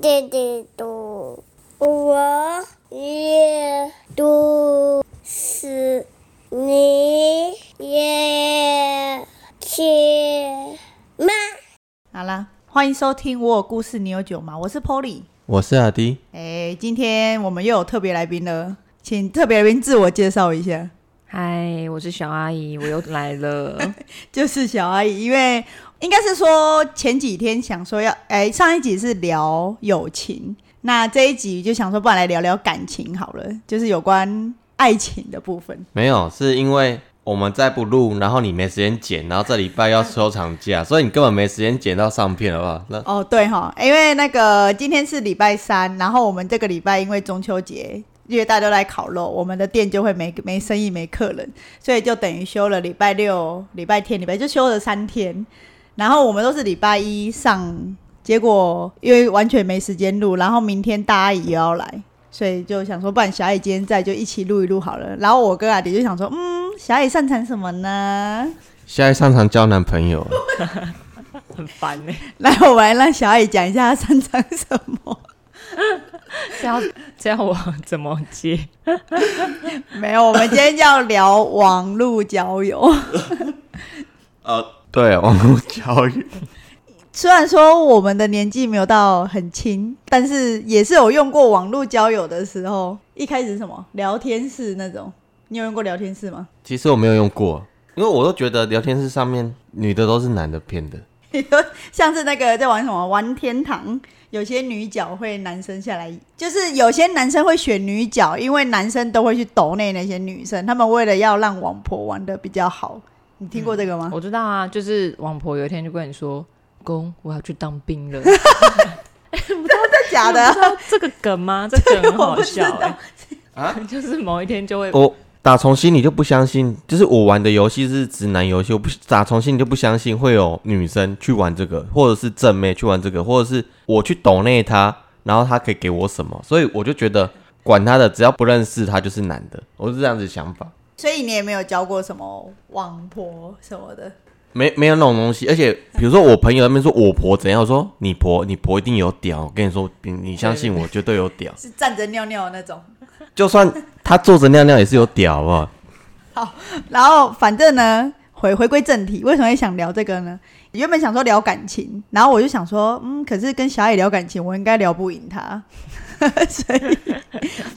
弟弟读，我也读诗，你也去吗？好啦，欢迎收听《我有故事，你有酒吗》？我是 Polly。我是阿迪，哎，今天我们又有特别来宾了，请特别来宾自我介绍一下。 嗨，我是小阿姨，我又来了。 就是小阿姨，因为应该是说前几天想说要，哎，上一集是聊友情，那这一集就想说，不然来聊聊感情好了，就是有关爱情的部分。没有，是因为我们再不录，然后你没时间剪，然后这礼拜要收长假， 所以你根本没时间剪到上片，好不好？那哦，对哈，因为那个今天是礼拜三，然后我们这个礼拜因为中秋节，因为大家都来烤肉，我们的店就会没没生意、没客人，所以就等于休了礼拜六、礼拜天、礼拜就休了三天。然后我们都是礼拜一上，结果因为完全没时间录，然后明天大阿姨又要来，所以就想说，不然小阿姨今天在就一起录一录好了。然后我跟阿迪就想说，嗯，小阿姨擅长什么呢？ 现在上场交男朋友，很烦 哎、来，我们来让小阿姨讲一下她擅长什么。这要这要我怎么接？ 没有，我们今天要聊网络交友。 呃， 对，网络交友，虽然说我们的年纪没有到很轻，但是也是有用过网络交友的时候。一开始是什么聊天室那种，你有用过聊天室吗？其实我没有用过，因为我都觉得聊天室上面女的都是男的骗的，像是那个在玩什么玩天堂，有些女角会男生下来，就是有些男生会选女角，因为男生都会去抖内那些女生，他们为了要让网婆玩的比较好。你听过这个吗？我知道啊，就是王婆有一天就跟你说：“公，我要去当兵了。真的 假”的？这个梗吗？这梗很我好不知笑道哎、 就是某一天就会我打从心里就不相信，就是我玩的游戏是直男游戏，我不打从心里就不相信会有女生去玩这个，或者是正妹去玩这个，或者是我去抖内他，然后他可以给我什么，所以我就觉得管他的，只要不认识他就是男的，我是这样子想法，所以你也没有交过什么网婆什么的。没没有那种东西。而且比如说我朋友那边说我婆怎样，我说你婆你婆一定有屌，我跟你说你你相信我，绝对有屌，是站着尿尿的那种。就算他坐着尿尿也是有屌好不好？然后反正呢，回回归正题，为什么会想聊这个呢？原本想说聊感情，然后我就想说，嗯，可是跟小野聊感情，我应该聊不赢他， 所以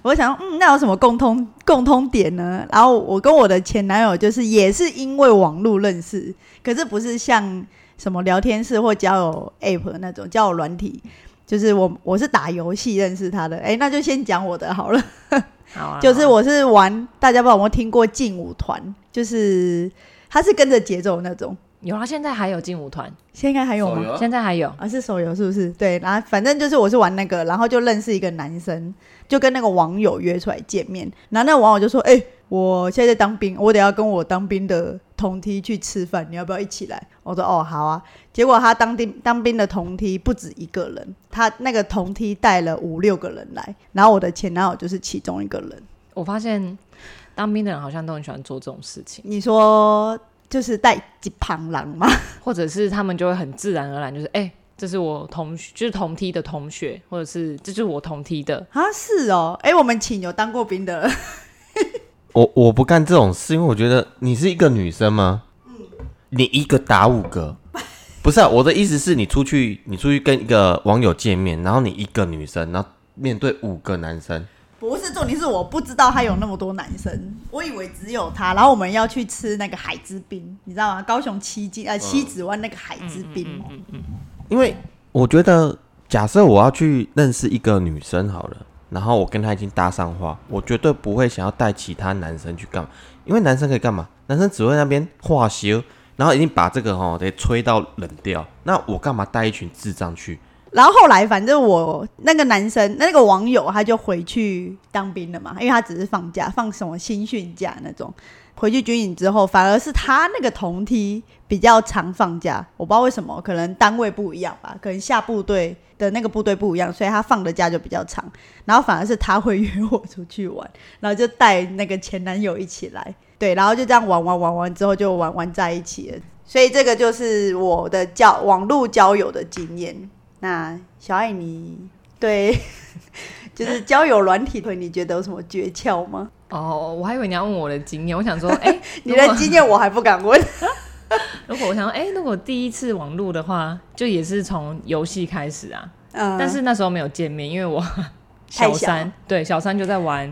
我想，嗯，那有什么共通共通点呢？然后我跟我的前男友就是也是因为网络认识，可是不是像什么聊天室或交友 App 那种交友软体。就是我，我是打游戏认识他的，哎、那就先讲我的好了。好啊，就是我是玩，大家不知道有没有听过劲舞团，就是它是跟着节奏那种，有啊，现在还有劲舞团，现在应该还有吗？现在还有。啊，是手游是不是？对，然后反正就是我是玩那个，然后就认识一个男生，就跟那个网友约出来见面，然后那个网友就说：“哎、我现在在当兵，我得要跟我当兵的同梯去吃饭，你要不要一起来？”我说：“哦，好啊。”结果他当兵当兵的同梯不止一个人，他那个同梯带了五六个人来，然后我的前男友就是其中一个人。我发现当兵的人好像都很喜欢做这种事情，你说就是带几旁狼吗？ 或者是他们就会很自然而然，就是哎、这是我同学，就是同梯的同学，或者是这就是我同梯的，啊，是哦，哎，我们请有当过兵的， 我我不干这种事，因为我觉得你是一个女生吗？你一个打五个，不是、啊、我的意思是你出去，你出去跟一个网友见面，然后你一个女生，然后面对五个男生，不是重点是我不知道他有那么多男生，我以为只有他。然后我们要去吃那个海之冰，你知道吗？高雄七金呃七子湾那个海之冰，哦因为我觉得假设我要去认识一个女生好了，然后我跟她已经搭上话，我绝对不会想要带其他男生去干嘛，因为男生可以干嘛？男生只会那边化修，然后已经把这个哈给吹到冷掉，那我干嘛带一群智障去？然后后来，反正我那个男生，那个网友他就回去当兵了嘛，因为他只是放假，放什么新训假那种。回去军营之后，反而是他那个同梯比较常放假，我不知道为什么，可能单位不一样吧，可能下部队的那个部队不一样，所以他放的假就比较长。然后反而是他会约我出去玩，然后就带那个前男友一起来，对，然后就这样玩玩玩玩之后就玩玩在一起了。所以这个就是我的交网络交友的经验。那小爱你对， 就是交友软体，你觉得有什么诀窍吗？哦，我还以为你要问我的经验，我想说，哎、你如果的经验我还不敢 问。如果我想说，哎、如果第一次网络的话，就也是从游戏开始啊，嗯，但是那时候没有见面，因为我太小小三，对，小三就在玩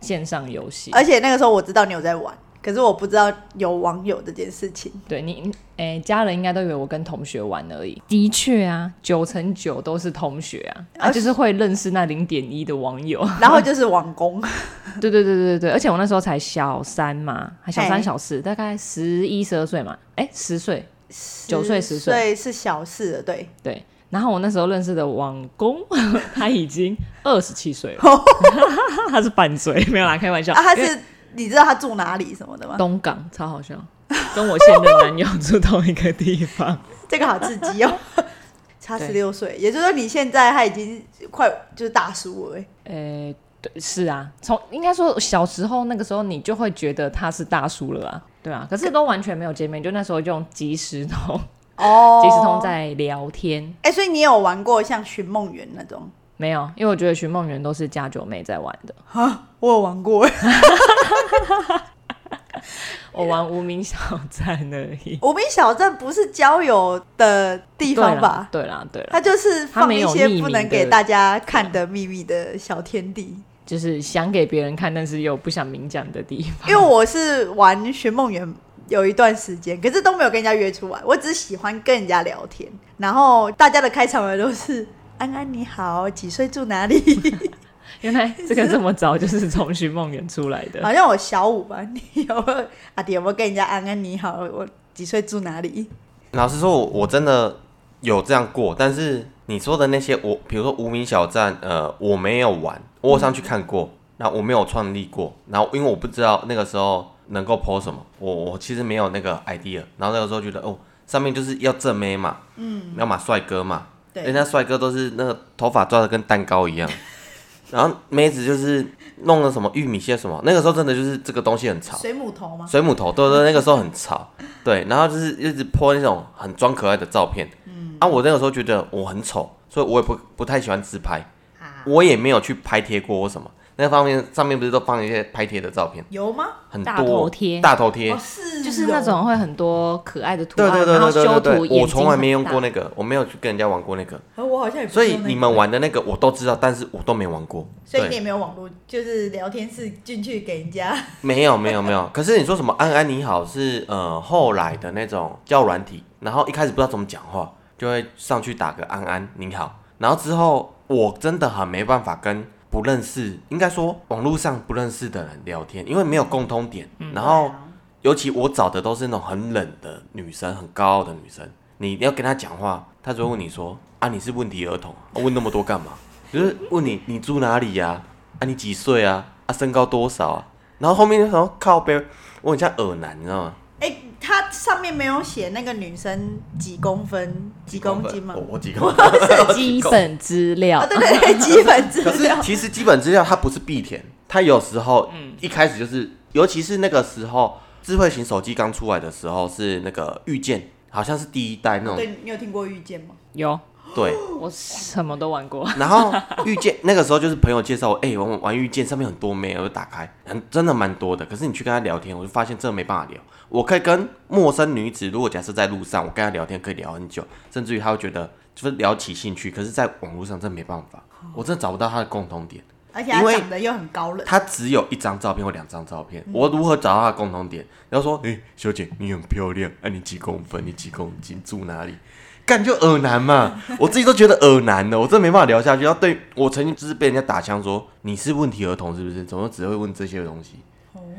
线上游戏，而且那个时候我知道你有在玩，可是我不知道有网友这件事 情。对你，哎、家人应该都以为我跟同学玩而已。的确啊，九成九都是同学啊，啊而就是会认识那零点一的网友。 然后就是网工，对对对对对，而且我那时候才小三嘛，还小嘿三小四，大概十一十二岁嘛，哎、十岁， 九岁十岁岁是小事了，对，对。然后我那时候认识的网工， 他已经二十七岁了， 他是半岁，没有啦，开玩笑。啊，他因为是你知道他住哪里什么的 吗？东港，超好笑，跟我现任男友住同一个地方。这个好刺激 哦，差对十六岁，也就是说你现在他已经快就是大叔了欸，诶、 对，是啊，从应该说小时候那个时候，你就会觉得他是大叔了啊，对啊，可是都完全没有见面，就那时候用即时通，哦即时通，在聊天，哎、所以你有玩过像寻梦园那种？没有，因为我觉得寻梦园都是家九妹在玩的，我有玩过，我玩无名小站而已，无名小镇不是交友的地对方啦吧，？对啦，对啦，它就是它放没一有些匿名不能的给大家看的秘密的小天地。就是想给别人看，但是又不想明讲的地方， 因为我是玩寻梦园有一段时间，可是都没有跟人家约出来，我只是喜欢跟人家聊天。然后大家的开场白都是“安安你好，几岁住哪里 原来这个这么早就是从寻梦园出来”， 的，好像我小五吧？你有没有阿迪有没有跟人家“安安你好，我几岁住哪里老实说，我我真的有这样过，但是你说的那些，我比如说无名小站，呃，我没有玩，我有上去看过，那我没有创立过，然后因为我不知道那个时候能够 PO 什么，我我其实没有那个 idea，然后那个时候觉得哦，上面就是要正妹嘛，嗯，要嘛帅哥嘛，对人家帅哥都是哎那个头发抓的跟蛋糕一样，然后妹子就是弄了什么玉米线什么，那个时候真的就是这个东西很”？潮，水母头吗？水母头，对对，那个时候很潮，对，然后就是一直 po 那种很装可爱的照片，嗯，啊，我那个时候觉得我很丑，所以我也不不太喜欢自拍，啊，我也没有去拍贴过我什么，那方面上面不是都放一些拍贴的照片，有吗？很多大头贴大头贴哦，，是就是那哦种会很多可爱的图对案，对对然后对哦修对图，对对，我从来没用过那。那个，我没有去跟人家玩过那个，啊我好像也不所以用那你个们玩的那个我都知道，但是我都没玩过，所以你也对，没有网络，就是聊天室进去给人家。没有没有没有，可是你说什么安安你好是呃后来的那种叫软体，然后一开始不知道怎么讲话，就会上去打个安安你好，然后之后我真的很没办法跟不认识，应该说网络上不认识的人聊天，因为没有共通点， 然后尤其我找的都是那种很冷的女生，很高傲的女生，你要跟她讲话，她就会问你说啊你是问题儿童，啊问那么多干嘛？ 就是问你你住哪里呀、啊？你几岁啊？啊身高多少啊？然后后面就想说靠背，我很像耳男，你知道吗？哎、它上面没有写那个女生几公分、几公斤吗哦我？我几公分？基本资啊，料，对对 对，基本资 可是嗯料。其实基本资料它不是必填，它有时候嗯一开始就是，尤其是那个时候智慧型手机刚出来的时候，是那个遇见，好像是第一代那种对，你有听过遇见吗？有对。我什么都玩过，然后遇见那个时候就是朋友介绍我，哎、玩玩遇见上面很多妹，我就打开，很真的蛮多的。可是你去跟她聊天，我就发现真的没办法聊。我可以跟陌生女子，如果假设在路上，我跟她聊天可以聊很久，甚至于她会觉得就是聊起兴趣。可是，在网络上真的没办法，我真的找不到她的共同点。而且她因为长得又很高冷。她只有一张照片或两张照片，我如何找到她的共同点？然后说，哎、小姐，你很漂亮，哎、你几公分？你几公斤？住哪里？干就耳男嘛，我自己都觉得耳男了，我真没办法聊下去。要对我曾经就是被人家打枪说你是问题儿童是不是？怎么只会问这些东西？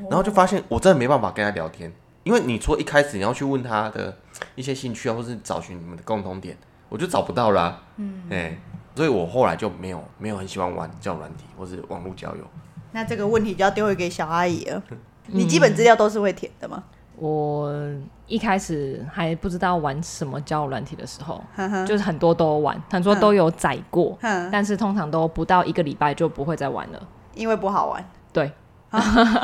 然后就发现我真的没办法跟他聊天，因为你说一开始你要去问他的一些兴趣啊，或是找寻你们的共同点，我就找不到啦、嗯，哎、所以我后来就没有没有很喜欢玩交友软体或是网络交友。那这个问题就要丢回给小阿姨了。嗯你基本资料都是会填的吗？ 我一开始还不知道玩什么交友软体的时候，哈嗯哈就是很多都玩，很多都有载过，哼但是通常都不到一个礼拜就不会再玩了。因为不好玩。 对，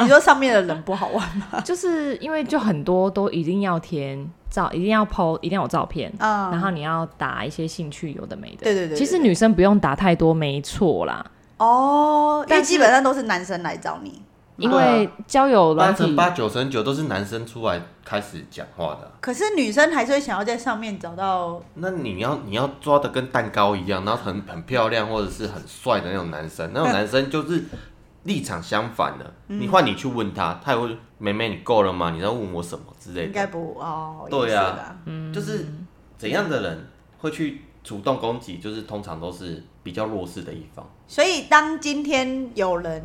你说上面的人不好玩吗？就是因为就很多都一定要填照，一定要 PO，一定要有照片，啊，然后你要打一些兴趣，有的没的。对对对对其实对女生不用打太多，没错啦，哦，因但为是基本上都是男生来找你，因为交友八软成体八九成九都是男生出来开始讲话的啊。可是女生还是会想要在上面找到那你要你要抓的跟蛋糕一样，然后很很漂亮或者是很帅的那种男生，那种男生就是立场相反的。嗯你换你去问他，他也会妹妹你够了吗？你在问我什么之类应该嗯的，不哦，对呀、啊就是怎样的人会去主动攻击，就是通常都是比较弱势的一 方。所以当今天有人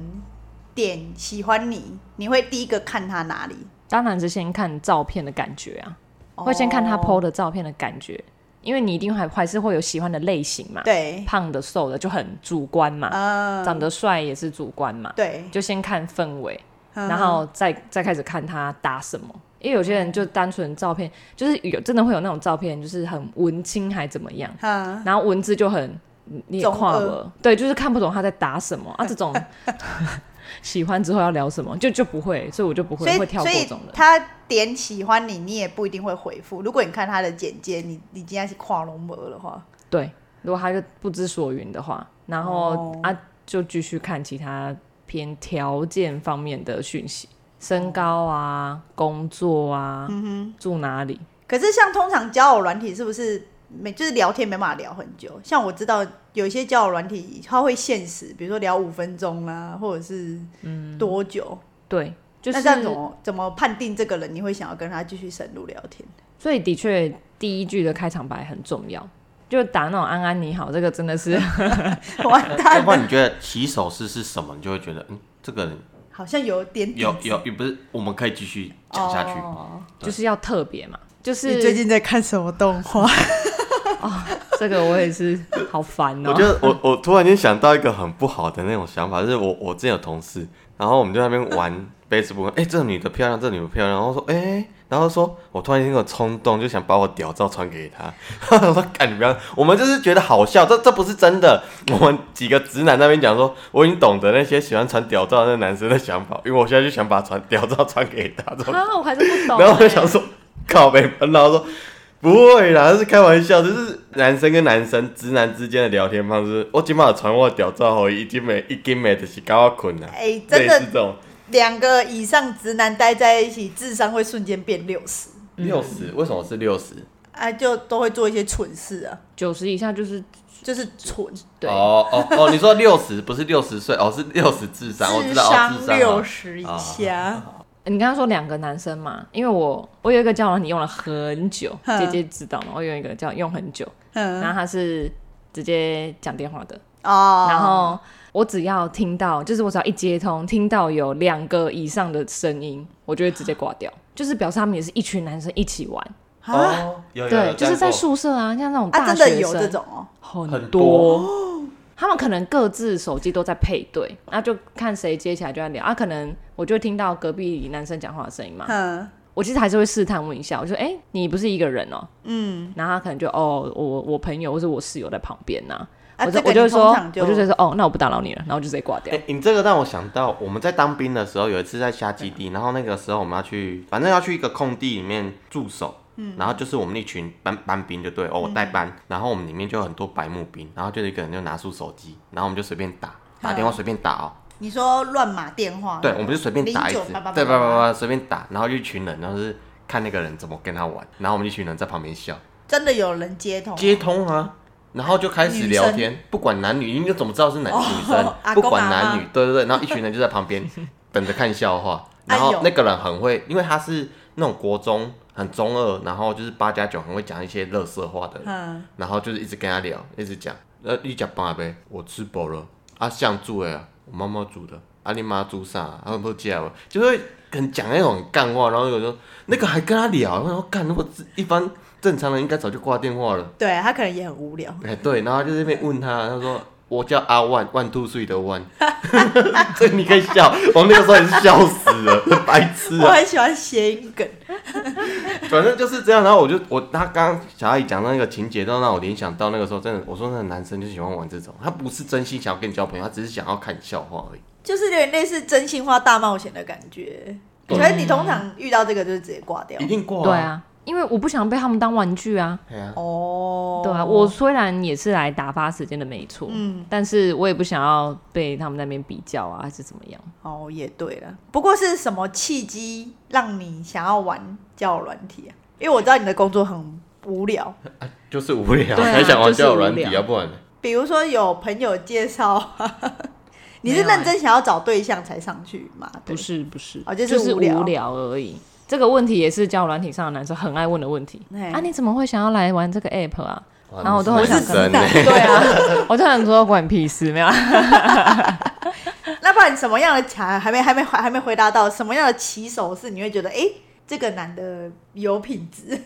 点喜欢你，你会第一个看他哪里？当然是先看照片的感觉啊，哦会先看他 PO 的，的照片的感觉，因为你一定还还是会有喜欢的类型嘛，对，胖的、瘦的就很主观嘛，呃，长得帅也是主观嘛，对，就先看氛围，嗯然后再再开始看他打什么。因为有些人就单纯照片，就是有真的会有那种照片，就是很文青还怎么样，嗯，然后文字就很你也中跨二了，对，就是看不懂他在打什么啊。这种 喜欢之后要聊什么，就就不会，所以我就不所会以会跳所过以这种人。他点喜欢你，你也不一定会回复。如果你看他的简介，你你今天是跨龙膜的话，对，如果他就不知所云的话，然后、哦啊就继续看其他偏条件方面的讯息，哦身高啊、工作啊、嗯住哪里，可是像通常交友软体是不是没就是聊天没办法聊很久？像我知道有一些交友软体它会限时，比如说聊五分钟啦、或者是多久？对，嗯就是那这样怎么怎么判定这个人你会想要跟他继续深入聊天？所以的确，第一句的开场白很重要，就打那种“安安你好”，这个真 的是完要蛋了，不然哎你觉得起手式是什么？你就会觉得嗯，这个人好像有点底有子有也不是，我们可以继续讲下去。哦就是要特别嘛，就是哦你最近在看什么动 画？这个我也是好烦哦、我觉得我我突然间想到一个很不好的那种想法，就是我我之前有同事，然后我们就在那边玩 Facebook，哎、这个女的漂亮，这个女的漂亮，然后说哎、然后说我突然间有冲动，就想把我屌照传给她， 然后我说干你不要，我们就是觉得好笑，这这不是真的。我们几个直男那边讲说，我已经懂得那些喜欢传屌照的男生的想法，因为我现在就想把传屌照传给他，这种啊，我还是不懂、欸。然后我就想，说，靠北，然后说不会啦，这是开玩笑，就是男生跟男生、直男之间的聊天方式。我今晚传我的屌照后，已经没已经没的是搞我困了。哎、真类似这的，种两个以上直男待在一起，智商会瞬间变六十六十，为什么是六十？啊，就都会做一些蠢事啊，九十以下就是就是蠢对，哦哦哦，你说六十不是六十岁，哦是六十智商，我知道哦智商六哦。十以啊下，你刚刚说两个男生嘛，因为我我有一个交友软体用了很 久，哼姐姐知道嘛，我有一个叫用很久，然嗯，后他是直接讲电话的，哦，然后我只要听到，就是我只要一接通，听到有两个以上的声音，我就会直接挂 掉，就是表示他们也是一群男生一起玩，啊哦，有有对，有就是在看过宿舍啊，像那种啊，大真学的有生、这种哦，很很多。他们可能各自手机都在配对，那就看谁接起来就在聊啊。可能我就听到隔壁男生讲话的声音嘛，嗯，我其实还是会试探问一下，我就说：“哎、你不是一个人哦、嗯，然后他可能就：“哦，我我朋友或者我室友在旁边呐、啊我就这个我就你会说，通常就我就会说：“哦，那我不打扰你了。”然后我就直接挂掉。哎、你这个让我想到，我们在当兵的时候，有一次在下基地，然后那个时候我们要去，反正要去一个空地里面驻守，嗯，然后就是我们一群班班兵就对，哦，我带班，然后我们里面就有很多白目兵，然后就有一个人就拿出手机，然后我们就随便打，打电话随便打哦，你说乱码电话，对，我们就随便打一支0988，88对，叭叭叭随便打，然后就一群人，然后是看那个人怎么跟他玩，然后我们一群人在旁边笑，真的有人接通，接通啊，然后就开始聊天，不管男女，你就怎么知道是男女生？哦阿不公管阿男嬷女，对对对，然后一群人就在 旁边等着看笑话，哎然呦后那个人很会，因为他是那种国中很中二，然后就是八加九很会讲一些乐色话的人，嗯，然后就是一直跟他聊，一直讲，呃，你讲饭呗，我吃饱了，啊，像煮的啊，我妈妈煮的，啊，你妈煮啥，啊，不吃了，就是会很讲那种干话，然后有时候那个还跟他聊，然后干，如果是一般正常人应该早就挂电话了。对他可能也很无聊，哎、对，然后就在那边问他，他说我叫阿万，万兔岁的万， 所以你可以笑，我那个时候也是笑死了，白痴我啊，很喜欢谐音梗，反正就是这样。然后我就我他刚刚小阿姨讲的那个情节，都让我联想到那个时候，真的，我说那个男生就喜欢玩这种，他不是真心想要跟你交朋友，他只是想要看你笑话而已。就是有点类似真心话大冒险的感觉。对所以你通常遇到这个就是直接挂掉一，定过、对，啊，因为我不想被他们当玩具啊。哎呀，哦，对啊，我虽然也是来打发时间的，没错，嗯，但是我也不想要被他们那边比较啊，还是怎么样。哦也对了，不过是什么契机让你想要玩交友软体啊？因为我知道你的工作很无聊，就是无聊对啊才想玩就是交友软体，无聊要不然呢比如说有朋友介绍啊， 你是没有欸认真想要找对象才上去嘛？对不，是不是，哦就就是是无聊而已。这个问题也是交友软体上的男生很爱问的问题嘿啊！你怎么会想要来玩这个 app 啊？哇然后我都那很是想男生跟呢。对啊， 我就想说管你屁事，没有啊。那不然什么样的卡还没还没还没回答到什么样的起手是你会觉得哎、诶这个男的有品质？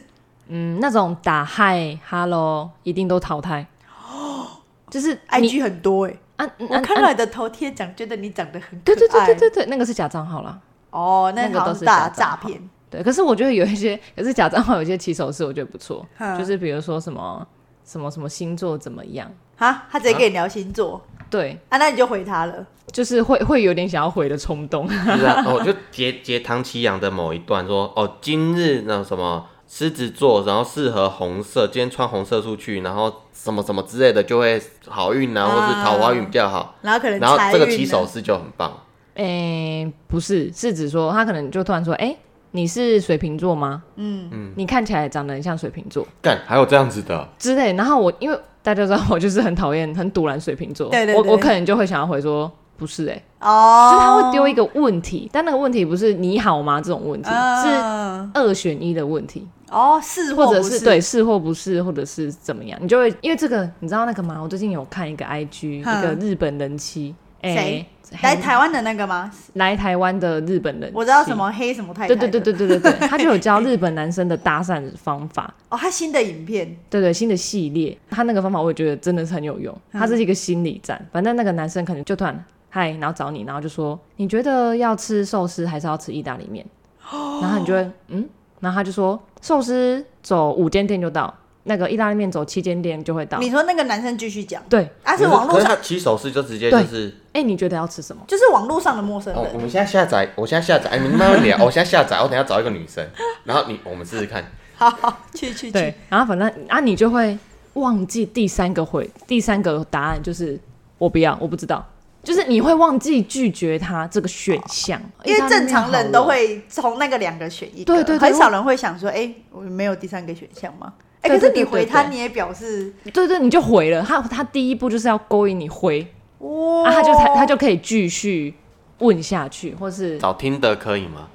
嗯，那种打嗨、hello 一定都淘汰，哦就是你 IG 很多哎、啊，嗯我啊看啊到你的头贴讲，觉得你长得很可爱。对对对对对对，那个是假账号啦。哦，那那个好像都是大假诈账号骗。对，可是我觉得有一些，可是假账号有一些起手式，我觉得不错嗯，就是比如说什么什么什么星座怎么样，啊，他直接跟你聊星座对，啊，那你就回他了。就是会会有点想要回的冲动。 是啊，哦，就截截唐奇阳的某一段说，哦，今日那什么狮子座，然后适合红色，今天穿红色出去，然后什么什么之类的，就会好运啊，啊或是桃花运比较好。然后可能然后啊财这个运啊起手呢式就很棒，诶、不是，是指说他可能就突然说，诶、你是水瓶座吗？嗯嗯，你看起来长得很像水瓶座干还有这样子的，之类。然后我因为大家知道我就是很讨厌、很堵拦水瓶座，对对对我我可能就会想要回说。不是诶，哦，就是他会丢一个问题，但那个问题不是你好吗这种问题，是嗯二选一的问题，哦是或者不是对是或不是，或者是怎么样，你就会因为这个，你知道那个吗？我最近有看一个 IG，一哼个日本人妻，诶，来台湾的那个吗？来台湾的日本人妻，我知道什么黑什么太太的，对对对对对对对，他就有教日本男生的搭讪方法，哦，他新的影片对对，新的系列，他那个方法我也觉得真的是很有用，嗯他是一个心理战。反正那个男生可能就突然嗨，然后找你，然后就说你觉得要吃寿司还是要吃意大利面？哦然后你就会嗯，然后他就说寿司走五间店就到，那个意大利面走七间店就会到。你说那个男生继续讲，对，他可是网可络他上起手式就直接就是，哎，你觉得要吃什么？就是网络上的陌生哦，我人，们现在下载，我现在下载，哎，你们慢慢聊，我现在下载，我等一下找一个女生，然后你我们试试看，好好去去对去，，然后反正啊，你就会忘记第三个回第三个答案，就是我不要，我不知道，就是你会忘记拒绝他这个选项，哦因为正常人都意大利面好了。会从那个两个选一个，对对对很少人会想说，哎，我没有第三个选项吗？哎，可对是对你对回对他，对你也表示对对，你就回了他。他第一步就是要勾引你回，哇，啊，他就才他就可以继续问下去，或是找听的可以吗？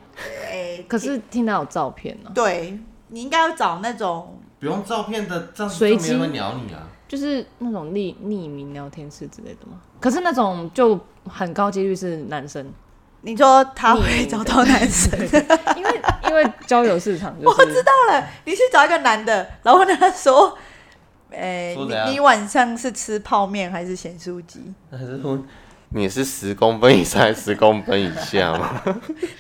哎，可是听到有照片呢、对你应该要找那种不用照片的，这样子随就没人会机鸟你啊。就是那种匿匿名聊天室之类的吗？可是那种就很高几率是男生，你说他会找到男生，因为因为交友市场 就我知是道了，你去找一个男的，然后跟他说，诶、说怎样你你晚上是吃泡面还是咸酥鸡？还是说你是十公分以上，还是十公分以下吗？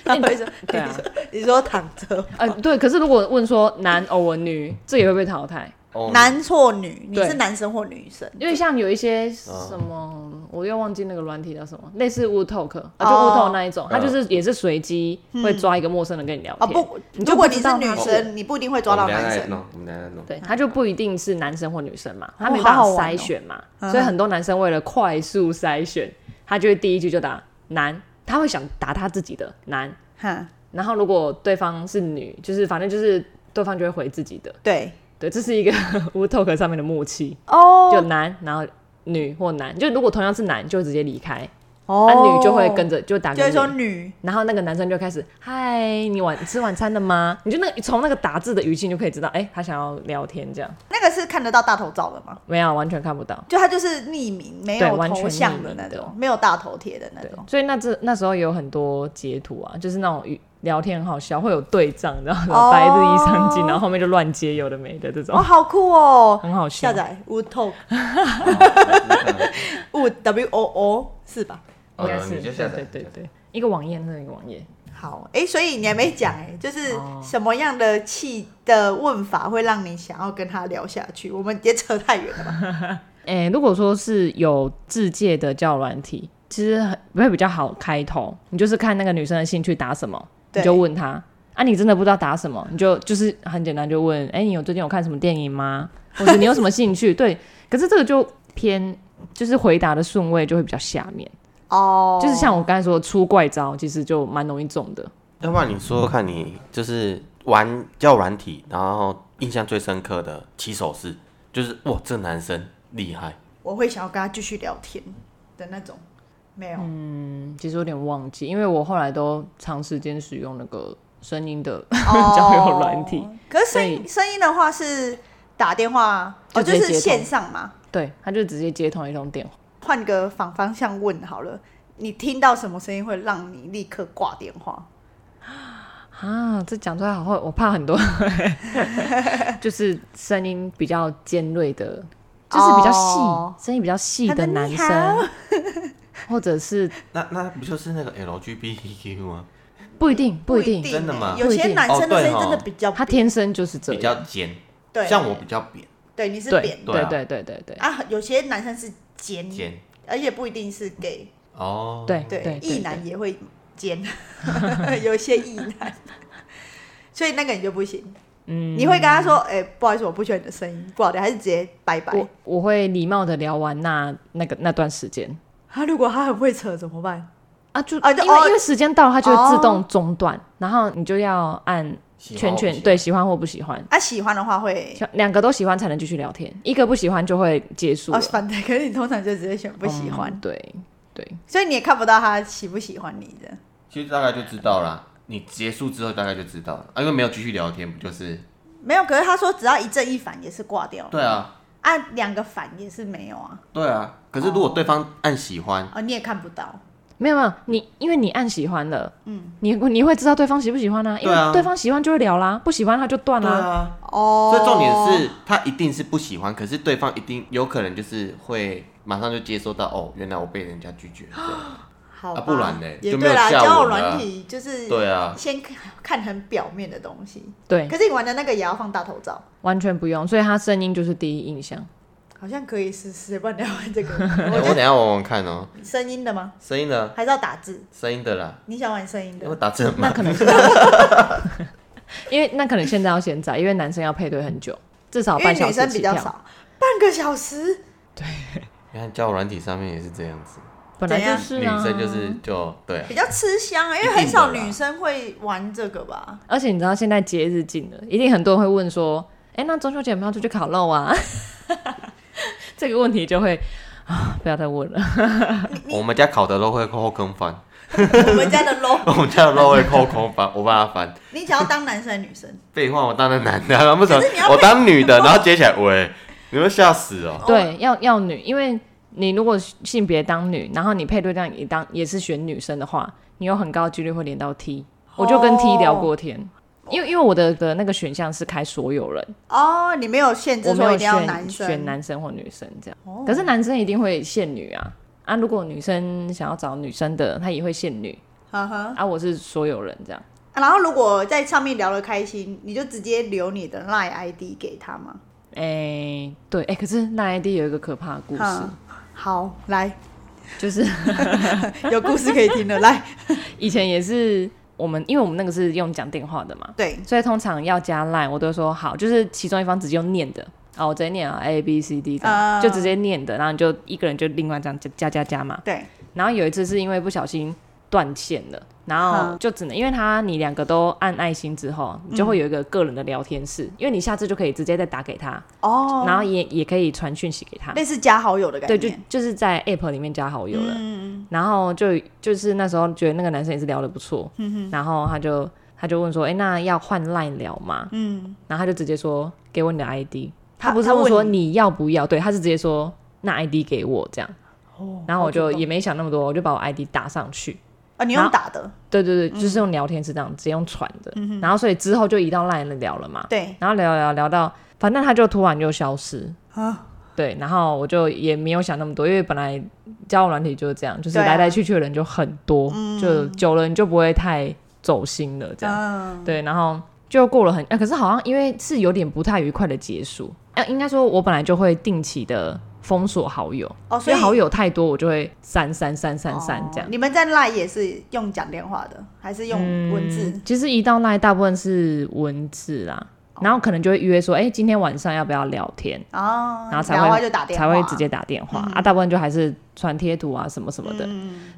他会说，对啊你说你说躺着，呃对。可是如果问说男偶文女，这也会被淘汰， 哦男或女，你对是男生或女生？因为像有一些嗯什么，我又忘记那个软体叫什么，类似 Wood Talk 啊，就哦 Wood Talk 那一种，他就是也是随机会抓一个陌生人跟你聊啊天。嗯不，就如果你不知是道女他生，你不一定会抓到男生。我们哦弄。对，他就不一定是男生或女生嘛，嗯他哦没办好法好玩哦筛选嘛，所以很多男生为了快速筛选，他就会第一句就打男，他会想打他自己的男，哈，然后如果对方是女，就是反正就是对方就会回自己的，对对，这是一个 w Talk 上面的默契，就哦男，然后女或男，就如果同样是男，就直接离开，哦啊女就会跟，着就打就个会说女。女然后那个男生就开始，嗨，你晚吃晚餐了吗？你就那个从那个打字的语气，你就可以知道，哎、他想要聊天这样。那个是看得到大头照的吗？没有，完全看不到。就他就是匿名，没对有完头全像匿的名那的种，没有大头贴的那对种。，所以那这那时候有很多截图啊，就是那种语聊天很好笑，会有对仗，然后哦白日依上镜，然后后面就乱接有的没的这种，哦，好酷哦！很好笑下。载 Wood Talk Wood W O O 是吧？应 该哦是你就下载对对对对，一个网页那一个网页，好，哎、所以你还没讲哎、就是哦什么样的气的问法会让你想要跟他聊下去？我们也扯太远了吧？哎、如果说是有自介的教软体，其实很会比较好开头，你就是看那个女生的兴趣打什么，对你就问她。啊，你真的不知道答什么，你就就是很简单就问，哎、你有最近有看什么电影 吗？或者你有什么兴趣？对，可是这个就偏就是回答的顺位就会比较下面，哦就是像我刚才说的出怪招，其实就蛮容易中的。要不然你说说看你就是玩叫软体，然后印象最深刻的起手式，就是哇，这男生厉害。我会想要跟他继续聊天的那种，没有，嗯其实有点忘记，因为我后来都长时间使用那个声音的哦 交友软体，。可是声所音声音的话是打电话，就哦，直就接是接通线上嘛，对，他就直接接通一通电话。换个反方向问好了。你听到什么声音会让你立刻挂电话？啊，这讲出来好会，我怕很多， 就是声音比较尖锐的，就是比较细哦声音比较细他的的男你好生，或者是那那不就是那个 LGBTQ 吗？不一定，不一定定，欸，真的吗有不一些定男生哦的对声音真的哦比较他扁天生就是这比样，较尖，对，像我比较扁对你是对扁对对啊对对对对啊，有些男生是尖，尖而且不一定是 gay，哦。对对，对异男也会尖， 有一些异男，所以那个你就不行。嗯，你会跟他说：“哎、不好意思，我不喜欢你的声音，不好的，还是直接拜拜。我我会礼貌的聊完那那个那段时间他如果他很会扯怎么办？啊，就啊因就为哦因为时间到了，它就会哦自动中断，然后你就要按喜欢或圈不圈，喜欢对，喜欢或不喜欢。他、啊喜欢的话会喜欢两个都喜欢才能继续聊天，一个不喜欢就会结束了啊哦，。反对，可是你通常就直接选不喜欢，嗯对对，所以你也看不到他喜不喜欢你的。其实大概就知道啦。你结束之后大概就知道了啊，因为没有继续聊天，不就是？没有，可是他说只要一正一反也是挂掉了，对啊，啊，两个反也是没有啊，对啊。可是如果对方按喜欢，哦，你也看不到。没有没有，你因为你按喜欢了，嗯，你你会知道对方喜不喜欢啊，因对啊为对方喜欢就会聊啦，不喜欢他就断对啦。啊。哦，所以重点是他一定是不喜欢，可是对方一定有可能就是会马上就接收到哦，原来我被人家拒绝了。这样好吧、啊不然呢也就没有对啦，下交友文了软啊体就是对啊，先看看很表面的东西。对，啊可是你玩的那个也要放大头照，完全不用，所以他声音就是第一印象。好像可以试试，不然你要玩这个。哎我 觉我等一得下玩玩看哦，声音的吗？声音的，还是要打字？声音的啦，你想玩声音因为的？打字很那慢。可能是，因为那可能现在要现在，因为男生要配对很久，至少因为半小女时生起比较跳。少，半个小时。你看交友软体上面也是这样子，本来怎样就是女啊，生就是就对啊比，较吃香啊，因一为定很少的啦女生会玩这个吧？而且你知道现在节日近了，一定很多人会问说：“哎、那中秋节有没有出去烤肉啊？” 这个问题就会啊，不要再问了。我们家烤的肉会扣空翻， 我们家的 low，我们家的肉会扣空翻，我帮他翻。你想要当男生还是女生？废话，我当然男的啊，然后为什可是你么要我当女的？然后接起来，喂，你会吓死哦。对，要要女，因为你如果性别当女，然后你配对量也当也是选女生的话，你有很高的几率会连到 T。我就哦跟 T 聊过天，因为因为我的的那个选项是开所有人，哦，你没有限我制没说有一定要选男生，哦选男生或女生这样。可是男生一定会限女啊啊！如果女生想要找女生的，她也会限女呵呵。啊。我是所有人这样。啊然后如果在上面聊得开心，你就直接留你的 line ID 给他嘛。哎、对，哎、可是那 ID 有一个可怕的故事，嗯好，来，就是 有故事可以听了， 来，以前也是我们，因为我们那个是用讲电话的嘛，对，所以通常要加 line，我都会说好，就是其中一方直接用念的。哦，我直接念啊，A B C D 这样啊就直接念的，然后你就一个人就另外这样加加加加嘛。对，然后有一次是因为不小心断线了，然后嗯就只能因为他你两个都按爱心之后，你就会有一个个人的聊天室，因为你下次就可以直接再打给他，哦，然后也也可以传讯息给他。类似加好友的感觉，对，就就是在 App 里面加好友了。嗯，然后就就是那时候觉得那个男生也是聊得不错，嗯然后他就他就问说，哎、那要换 Line 聊吗？嗯，然后他就直接说给我你的 ID，他他不是他问问说你你要不要，对，他是直接说那 ID 给我这样，哦然后我就也啊、没想那么多，我就把我 ID 打上去。哦你用打的，对对嗯对，就是用聊天是这样，直接用传的，然后所以之后就移到 LINE 聊了嘛，对，然后聊聊聊到，反正他就突然就消失，啊，对，然后我就也没有想那么多，因为本来交友软体就是这样，就是对啊来来去去的人就很多，就久了你就不会太走心了，这样、嗯，对，然后就过了很，呃啊、可是好像因为是有点不太愉快的结束，啊，应该说我本来就会定期的封锁好友，哦因所以为好友太多，我就会删删删删删这样哦。你们在赖也是用讲电话的，还是用嗯文字？其实一到赖，大部分是文字啦，然后可能就会约说，哎、今天晚上要不要聊天？哦，然后才聊会完就打电话，嗯才会直接打电话、啊，大部分就还是传贴图啊什么什么的。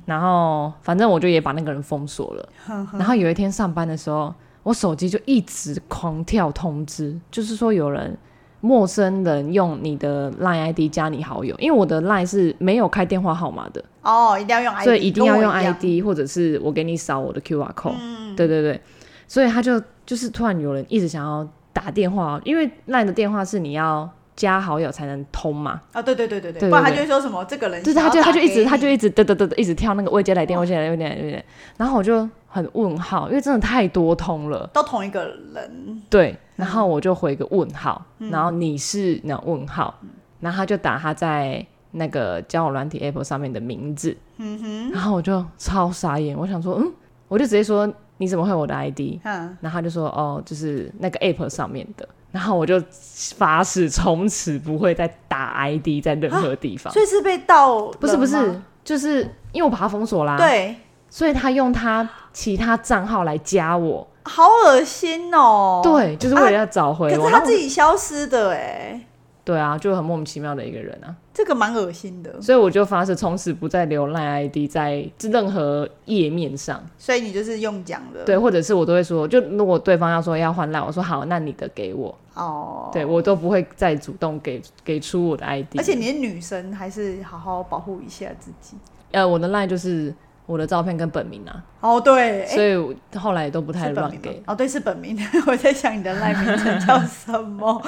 然后反正我就也把那个人封锁了。然后有一天上班的时候，我手机就一直狂跳通知，就是说有人陌生人用你的 LINE ID 加你好友，因为我的 LINE 是没有开电话号码的，哦，一定要用 ID，所以一定要用跟我样嗯 ID，或者是我给你扫我的 QR code、对对对，所以他就就是突然有人一直想要打电话，哦因为 LINE 的电话是你要加好友才能通嘛。哦，对对对对对，对不然他对就会说什么这个人就是想他要就他就打一给直你他就一直嘚嘚嘚嘚一直跳那个未接来电，未接来电，未接来电，然后我就很问号，因为真的太多通了。都同一个人，对，然后我就回个问号，嗯然后你是那问号，然后他就打他在那个交友软体 app 上面的名字，嗯哼，然后我就超傻眼，我想说，嗯，我就直接说你怎么会有我的 ID？嗯，然后他就说哦，就是那个 app 上面的，然后我就发誓从此不会再打 ID 在任何地方。所以是被盗，不是不啊是，，就是因为我把他封锁啦，，对，所以他用他其他账号来加我，好恶心哦，，对，就是为了要找回可我。是然他后自己消失的哎，对啊，就很莫名其妙的一个人啊，这个蛮恶心的，所以我就发誓从此不再浏览 ID 在任何页面上，所以你就是用讲的，，对，或者是我都会说，就如果对方要说要换赖，我说好，那你的给我，哦，对我都不会再主动给给出我的 ID，而且你是女生，还是好好保护一下自己。呃，我的赖就是我的照片跟本名啊，哦，对，哎所以我后来也都不太是本乱名给吗。哦，对，是本名。 我在想你的赖名称叫什么？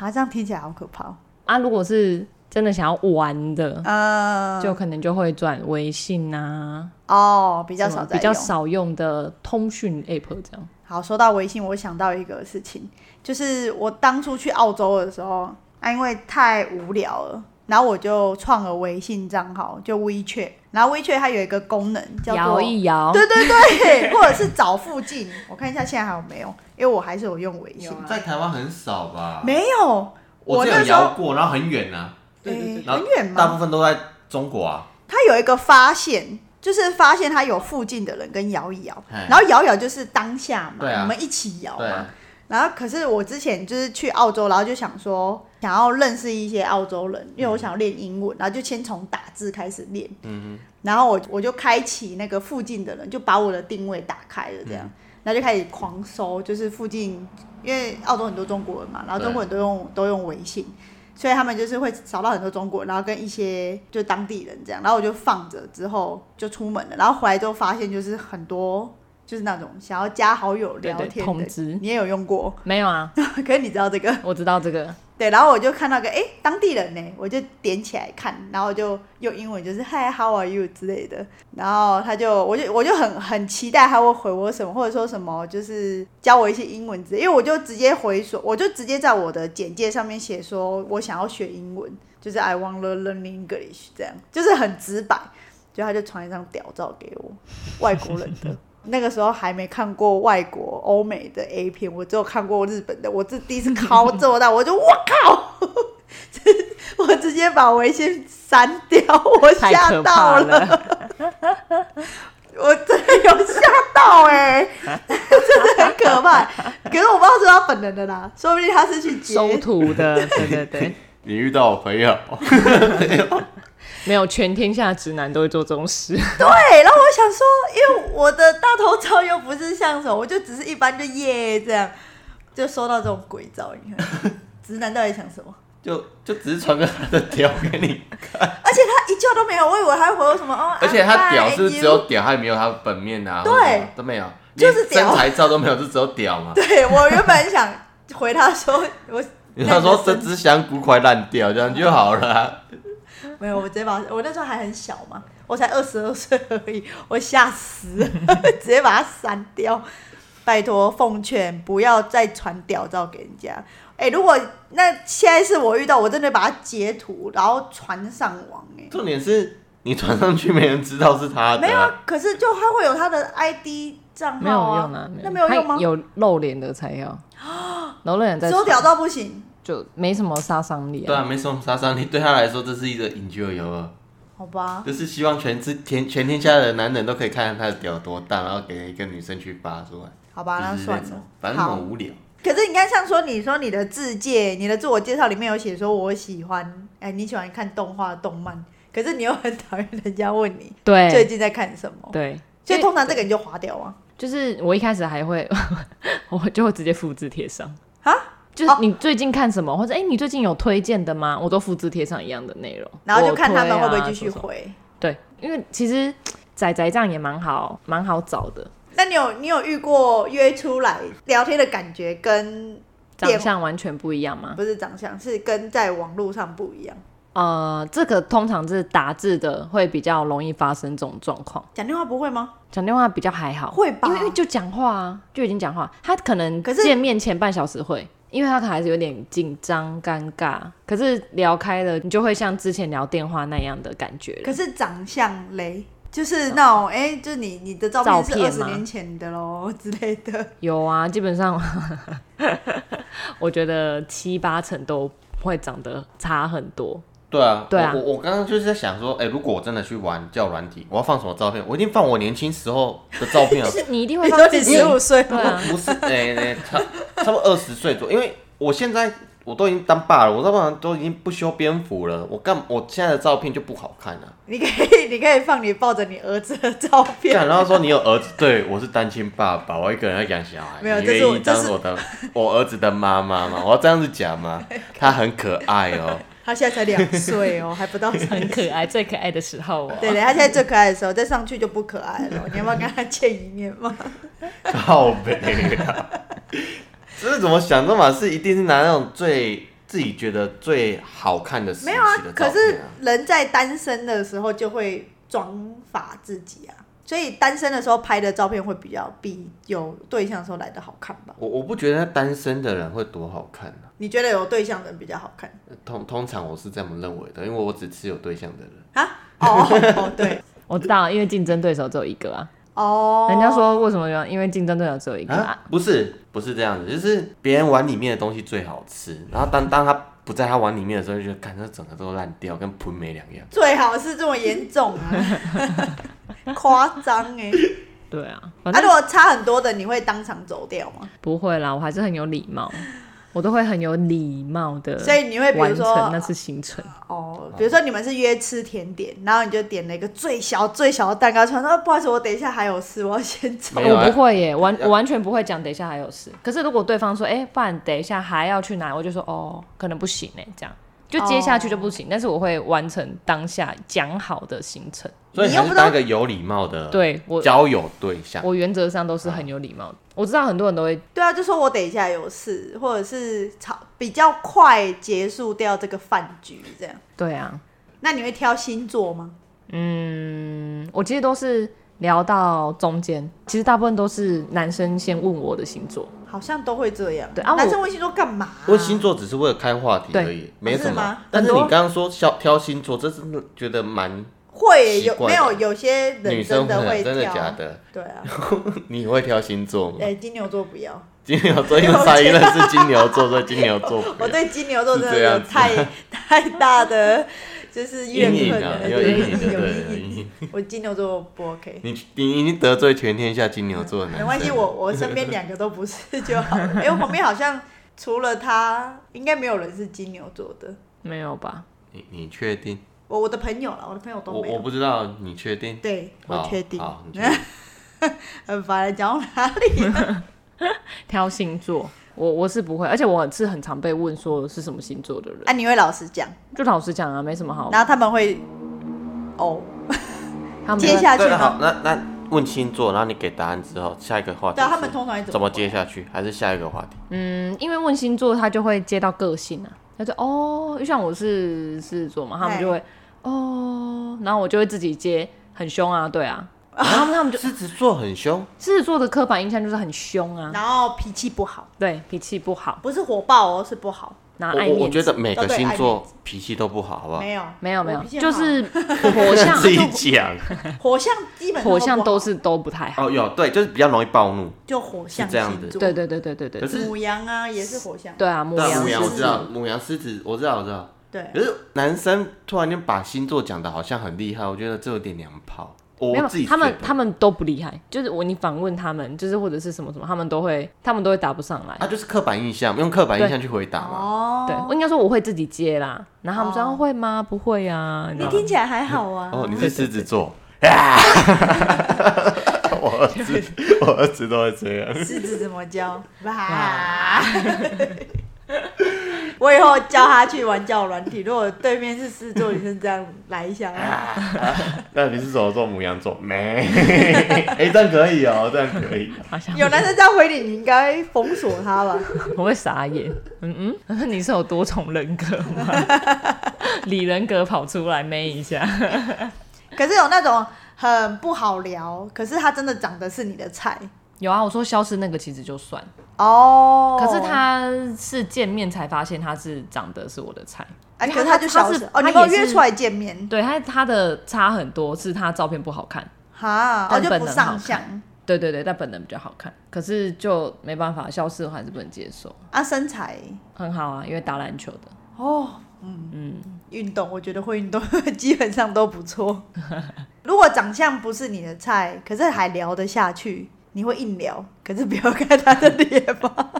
啊，这样听起来好可怕、哦。啊，如果是真的想要玩的，嗯，就可能就会转微信啊，哦，比比较少在比较用。少用的通讯 app 这样。好，说到微信，我想到一个事情，就是我当初去澳洲的时候，啊，因为太无聊了，然后我就创了微信账号，就 WeChat。然后 WeChat 它有一个功能叫摇做一摇，对对对， 或者是找附近，我看一下现在还有没有，因为我还是有用微信，在台湾很少吧？没有，啊我我只那有时候摇过，然后很远呐，诶然很后远大吗部？分都在中国啊。他有一个发现，就是发现他有附近的人跟摇一摇，嘿然后摇一摇就是当下嘛，对啊我们一起摇对嘛啊。，然后可是我之前就是去澳洲，然后就想说想要认识一些澳洲人，因为我想要练英文，然后就先从打字开始练。嗯然后我我就开启那个附近的人，就把我的定位打开了，这样，然后就开始狂搜，就是附近，因为澳洲很多中国人嘛，然后中国人都用都用微信，所以他们就是会找到很多中国人，然后跟一些就当地人这样，然后我就放着之后就出门了，然后回来之后发现就是很多就是那种想要加好友对聊对，天的，通知你也有用过， 没有啊？可是你知道这个我知道这个，对，然后我就看到个诶当地人呢、我就点起来看，然后我就用英文就是 Hi how are you 之类的，然后他就我就我就很很期待他会回我什么，或者说什么就是教我一些英文之类，因为我就直接回说，我就直接在我的简介上面写说我想要学英文，就是 I want to learn English 这样，就是很直白，就他就传一张屌照给我，外国人 的。那个时候还没看过外国欧美的 A 片，我只有看过日本的。我这第一次靠做到，我就我靠， 我直接把微信删掉， 我太吓可到怕了， 我真的有吓到哎、真的很可怕。可是我不知道是他本人的啦，说不定他是去截收徒的，对 对对，你遇到我朋友， 没有，全天下直男都会做这种事，对，然后我想说，因为我的大头照又不是像什么，我就只是一般就耶这样，就收到这种鬼照，你看， 直男到底想什么？就就只是传个他的屌 给你，而且他一句话都没有，我以为他会回我什么哦，而且他屌是不是 I'm 只 fine, 有 you- 屌，他也没有他本面啊，对或者什么都没有，就是连屌身材照都没有，就只有屌嘛。 对我原本想回他说， 我他说这只香菇快烂掉，这样就好了啊。没有，我直接把我那时候还很小嘛，我才二十二岁而已，我吓死了，直接把它删掉。拜托，奉劝不要再传屌照给人家。哎、如果那现在是我遇到，我真的把它截图，然后传上网、重点是你传上去，没人知道是哎，他的没有啊。啊，可是就他会有他的 ID 账没有号用啊，啊，那没有用吗 他？有露脸的才要，露脸在啊只有屌照不行，就没什么杀伤力对啊。啊，没什么杀伤力，对他来说这是一个 enjoy 啊，好 吧，就是希望全世全全天下的男人都可以看看他的屌多大，然后给一个女生去扒出来，好吧，那就是嗯算种了，反正好很。无聊。可是你看，像说你说你的自介、你的自我介绍里面有写说我喜欢，哎，你喜欢看动画、动漫，可是你又很讨厌人家问你最对近在看什么，对，所以因为通常这个你就划掉啊。就是我一开始还会， 我就会直接复制贴上啊。就是你最近看什么，或者哎、你最近有推荐的吗？我都复制贴上一样的内容，然后就我看他们推啊会不会继续什么什么回。对，因为其实仔仔这样也蛮好，蛮好找的，那你有你有遇过约出来聊天的感觉跟长相完全不一样吗？不是长相，是跟在网络上不一样？呃，这个通常是打字的会比较容易发生这种状况，讲电话不会吗？讲电话比较还好，会吧因为因为就讲话啊，就已经讲话，他可能可是见面前半小时会。因为他可能还是有点紧张、尴尬，可是聊开了，你就会像之前聊电话那样的感觉可了。是长相嘞，就是那种哎、就是你你的照片是二哦照片十吗年前的喽之类的。有啊，基本上 我觉得七八成都会长得差很多。对啊，对啊我我我刚刚就是在想说，哎、如果我真的去玩叫软体，我要放什么照片？我一定放我年轻时候的照 片啊，是你一定你会说放你自己十五岁对啊，不是，哎、哎差差不多二十岁左右，因为我现在我都已经当爸了，我要不然都已经不修边幅了，我干我现在的照片就不好看了、啊。你可以你可以放你抱着你儿子的照 片，干然后说你有儿子，对我是单亲爸爸，我一个人要养小孩，没有你这是愿我意这当是我的我儿子的妈妈吗？我要这样子 讲吗？他很可爱哦、他现在才两岁哦，还不到三很可爱，最可爱的时候哦。对对，他现在最可爱的时候，再上去就不可爱 了。你要不要跟他见一面嘛？靠北啊！ 这是怎么想的嘛？是一定是拿那种最自己觉得最好看的时期没的有啊照片、，可是人在单身的时候就会装法自己啊，所以单身的时候拍的照片会比较比有对象的时候来的好看吧？我我不觉得单身的人会多好看啊。你觉得有对象的人比较好看通通常我是这么认为的，因为我只吃有对象的人。啊？哦哦对我知道，因为竞争对手只有一个啊。哦，人家说为什么要？因为竞争对手只有一个啊。啊，不是，不是这样子，就是别人碗里面的东西最好吃，然后当当他不在他碗里面的时候，就觉得看这整个都烂掉，跟喷没两样。最好是这么严重啊， 夸张哎！对啊，反啊，正如果差很多的，你会当场走掉吗？不会啦，我还是很有礼貌，我都会很有礼貌的。所以你会比如完说成那次行程，哦，比如说你们是约吃甜点，然后你就点了一个最小最小的蛋糕，传说、啊不好意思，我等一下还有事，我要先 走。没有啊哦我不会耶，完我完全不会讲。等一下还有事，可是如果对方说，哎、不然等一下还要去哪，我就说哦，可能不行哎，这样就接下去就不行。但是我会完成当下讲好的行程，所以你你又还不是知道当一个有礼貌的对我交友对象。我原则上都是很有礼貌的。嗯我知道很多人都会对啊，就说我等一下有事，或者是吵比较快结束掉这个饭局这样。对啊，那你会挑星座吗？嗯，我其实都是聊到中间，其实大部分都是男生先问我的星座，好像都会这样。对啊我男生问星座干嘛、啊问星座只是为了开话题对而已，没什哦是吗么。但是很你多刚刚说挑挑星座，这是觉得蛮会有奇怪没吧有有些人女真生的会会挑，真的假的？ 对啊，你会挑星座吗哎、？金牛座不要，金牛座因为上一任是金牛座，所以金牛座不我要对金牛座真的是这有样子太 太大的就是怨阴影恨啊了，，有阴影，对，有对，有阴阴影。影。我金牛座不 OK。你你已经得罪全天下金牛座的男没生，关系，我我身边两个都不是就好 了。哎、我旁边好像除了他，应该没有人是金牛座的。没有吧？你你确定？我我的朋友了，我的朋友我都没我有。不知道，你确定？对，我好确定。 好，你确定很烦，讲到哪里？ 挑星座，我我是不会，而且我是很常被问说是什么星座的人，啊，你会老实讲，就老实讲啊，没什么好。然后他们会哦他们接下去对了，好吗？，那那问星座，然后你给答案之后，下一个话题对是啊，他们通常会怎么么接下去？还是下一个话题？嗯，因为问星座，他就会接到个性啊，他就哦，就像我是狮子座嘛，他们哎就会哦，然后我就会自己接，很凶啊，对啊，然后他们他们就狮子座很凶，狮子座的刻板印象就是很凶啊，然后脾气不好，对，脾气不好。不是火爆哦，是不好。拿爱我我面觉子。得每哦个对星爱座面脾气都不好，好不好？ 没有，没有没有我，脾气就很好 是火象自己讲火象基本上火象不好都是都 不太好。 哦，有对，就是比较容易暴怒。就火象是这样星的座对对对对对对可，是母羊啊也是火象，对啊，母对啊，羊母羊狮我子知道，母羊狮子我知道我知道。对可是男生突然间把星座讲的好像很厉害，我觉得这有点娘炮。没我有自己，他们觉得他们都不厉害，就是我你访问他们，就是或者是什么什么，他们都会他们都会答不上来。啊，就是刻板印象，用刻板印象去回答嘛。哦，对，我应该说我会自己接啦，然后他们说、哦啊会吗？不会啊呀、你你知道吗听起来还好啊。哦，你是狮子座啊！ 我儿子，我儿子都会这 样。狮子怎么教？哇！ 我以后教他去玩教软体。如果对面是狮子座女生，这样来一下，啊那你是什么座？母羊座？没。 哎，这样可以哦，这样可以。好像有男生这样回你，你应该封锁他 吧？我会傻眼，嗯嗯，你是有多重人格吗？ 李人格跑出来妹一下，可是有那种很不好聊，可是他真的长得是你的菜有啊，我说消失那个其实就算，哦。可是他是见面才发现他是长得是我的菜，哎，因为可是他他就他消是失哦。他你们有也是约出来见面对他他的差很多，是他照片不好看，哈，哦但就本不人上好看相对对对，但本人比较好看，可是就没办法，消失我还是不能接受，啊，身材很好啊，因为打篮球的，哦，嗯嗯，运动我觉得会运动 基本上都不错。 如果长相不是你的菜，可是还聊得下去，你会硬聊，可是不要看他的脸吧。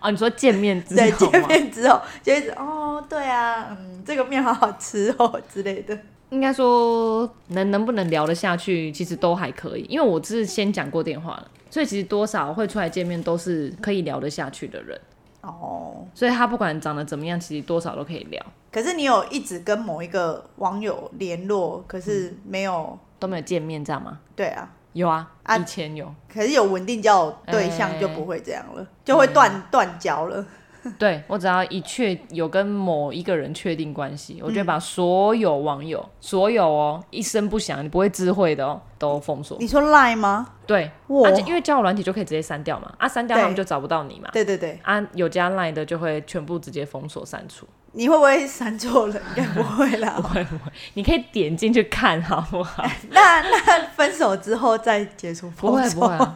哦，你说见面 之对，后见吗？面之后就一直哦，对啊，嗯，这个面好好吃哦之类的。应该说能能不能聊得下去，其实都还可以，因为我是先讲过电话了，所以其实多少会出来见面都是可以聊得下去的人，哦，所以他不管长得怎么样，其实多少都可以聊，可是你有一直跟某一个网友联络，可是没有、都没有见面这样吗？对啊，有啊，啊以前有，可是有稳定交友对象哎嗯就不会这样了，就会断断交了。 对我只要一确有跟某一个人确定关系，我就把所有网嗯友、所有哦一声不响，你不会知会的哦，都封锁。你说赖吗？对，哇而且、因为交友软体就可以直接删掉嘛，啊，删掉对他们就找不到你嘛。对对对，啊，有加 line 的就会全部直接封锁删除。 你会不会删错了？应该不会啦。会不会？你可以点进去看好不好？哎那那分手之后再解除封不会锁，不会、啊，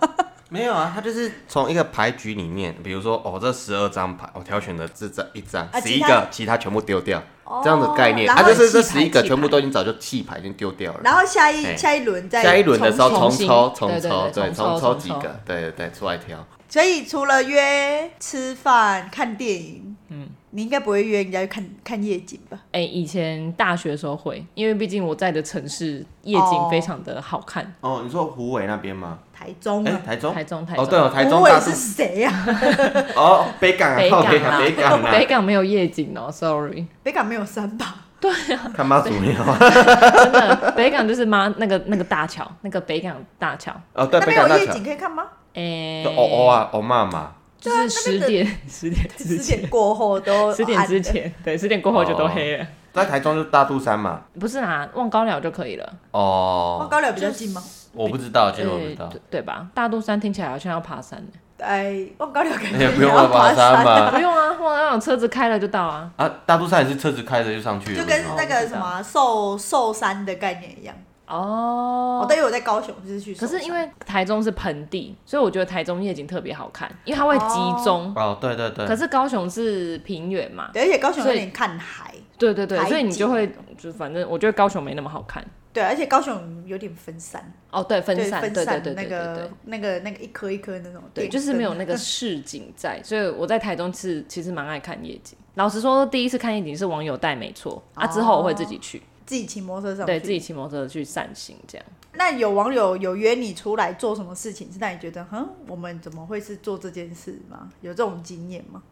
没有啊，他就是从一个牌局里面，比如说哦，这十二张牌，我挑选了这张一张，啊十其一他个，其他全部丢掉，这样的概念。然他后就是这哦弃牌十一个弃全部牌都已经早就弃牌，已经丢掉了。然后下一哎下一轮再下一轮的时候重重新抽，重对对抽，对对，重重抽抽重几抽个，对对对，出来挑。所以除了约吃饭、看电影，嗯，你应该不会约人家去看看夜景吧？哎、以前大学的时候会，因为毕竟我在的城市夜景非常的好看。哦，你说湖尾那边吗？台中哎，啊，台中，台中台哦，中对哦，台中我大也是肚谁呀、啊？哦，北港啊，北靠港北港，啦，北港啊 北，港没有夜景哦，sorry。北港没有山吧？看妈祖庙啊。真的，北港就是妈那个那个大桥，那个北港大桥，哦，对，那北边港有大夜桥景，可以看吗？诶、就哦哦啊，哦妈妈。就是十点十点之十前，点过后都十点哦啊之前，对，十点过后就哦都黑了。在台中就是大肚山嘛。不是啦，望高寮就可以了，哦，哦，高寮比较近吗？我不知道，其哎实我不知道对。对吧？大肚山听起来好像要爬山呢、哎，望高寮感觉也不用要了爬爬山吧 不？用啊，望高寮车子开了就到啊。啊，大肚山也是车子开着就哦上去了，就跟不是吗那个什么寿寿山的概念一样。哦哦，对，因为我在高雄就是去寿可山，是因为台中是盆地，所以我觉得台中夜景特别好看，因为它会集中。哦，对对对，可是高雄是平原嘛，对，而且高雄有所以点看海，对对对海，景所以你就会就反正我觉得高雄没那么好看。对，而且高雄有点分散，哦，对，分对散，分对对散对对那对对个。那个那个一颗一颗那种，对，就是没有那个市景在，所以我在台中是其实蛮爱看夜景。老实说，第一次看夜景是网友带没错啊，之后我会自己去，自己骑摩托车上对去自己。骑摩托车去散心这样。那有网友有约你出来做什么事情，是让你觉得，哼，我们怎么会是做这件事吗？有这种经验吗？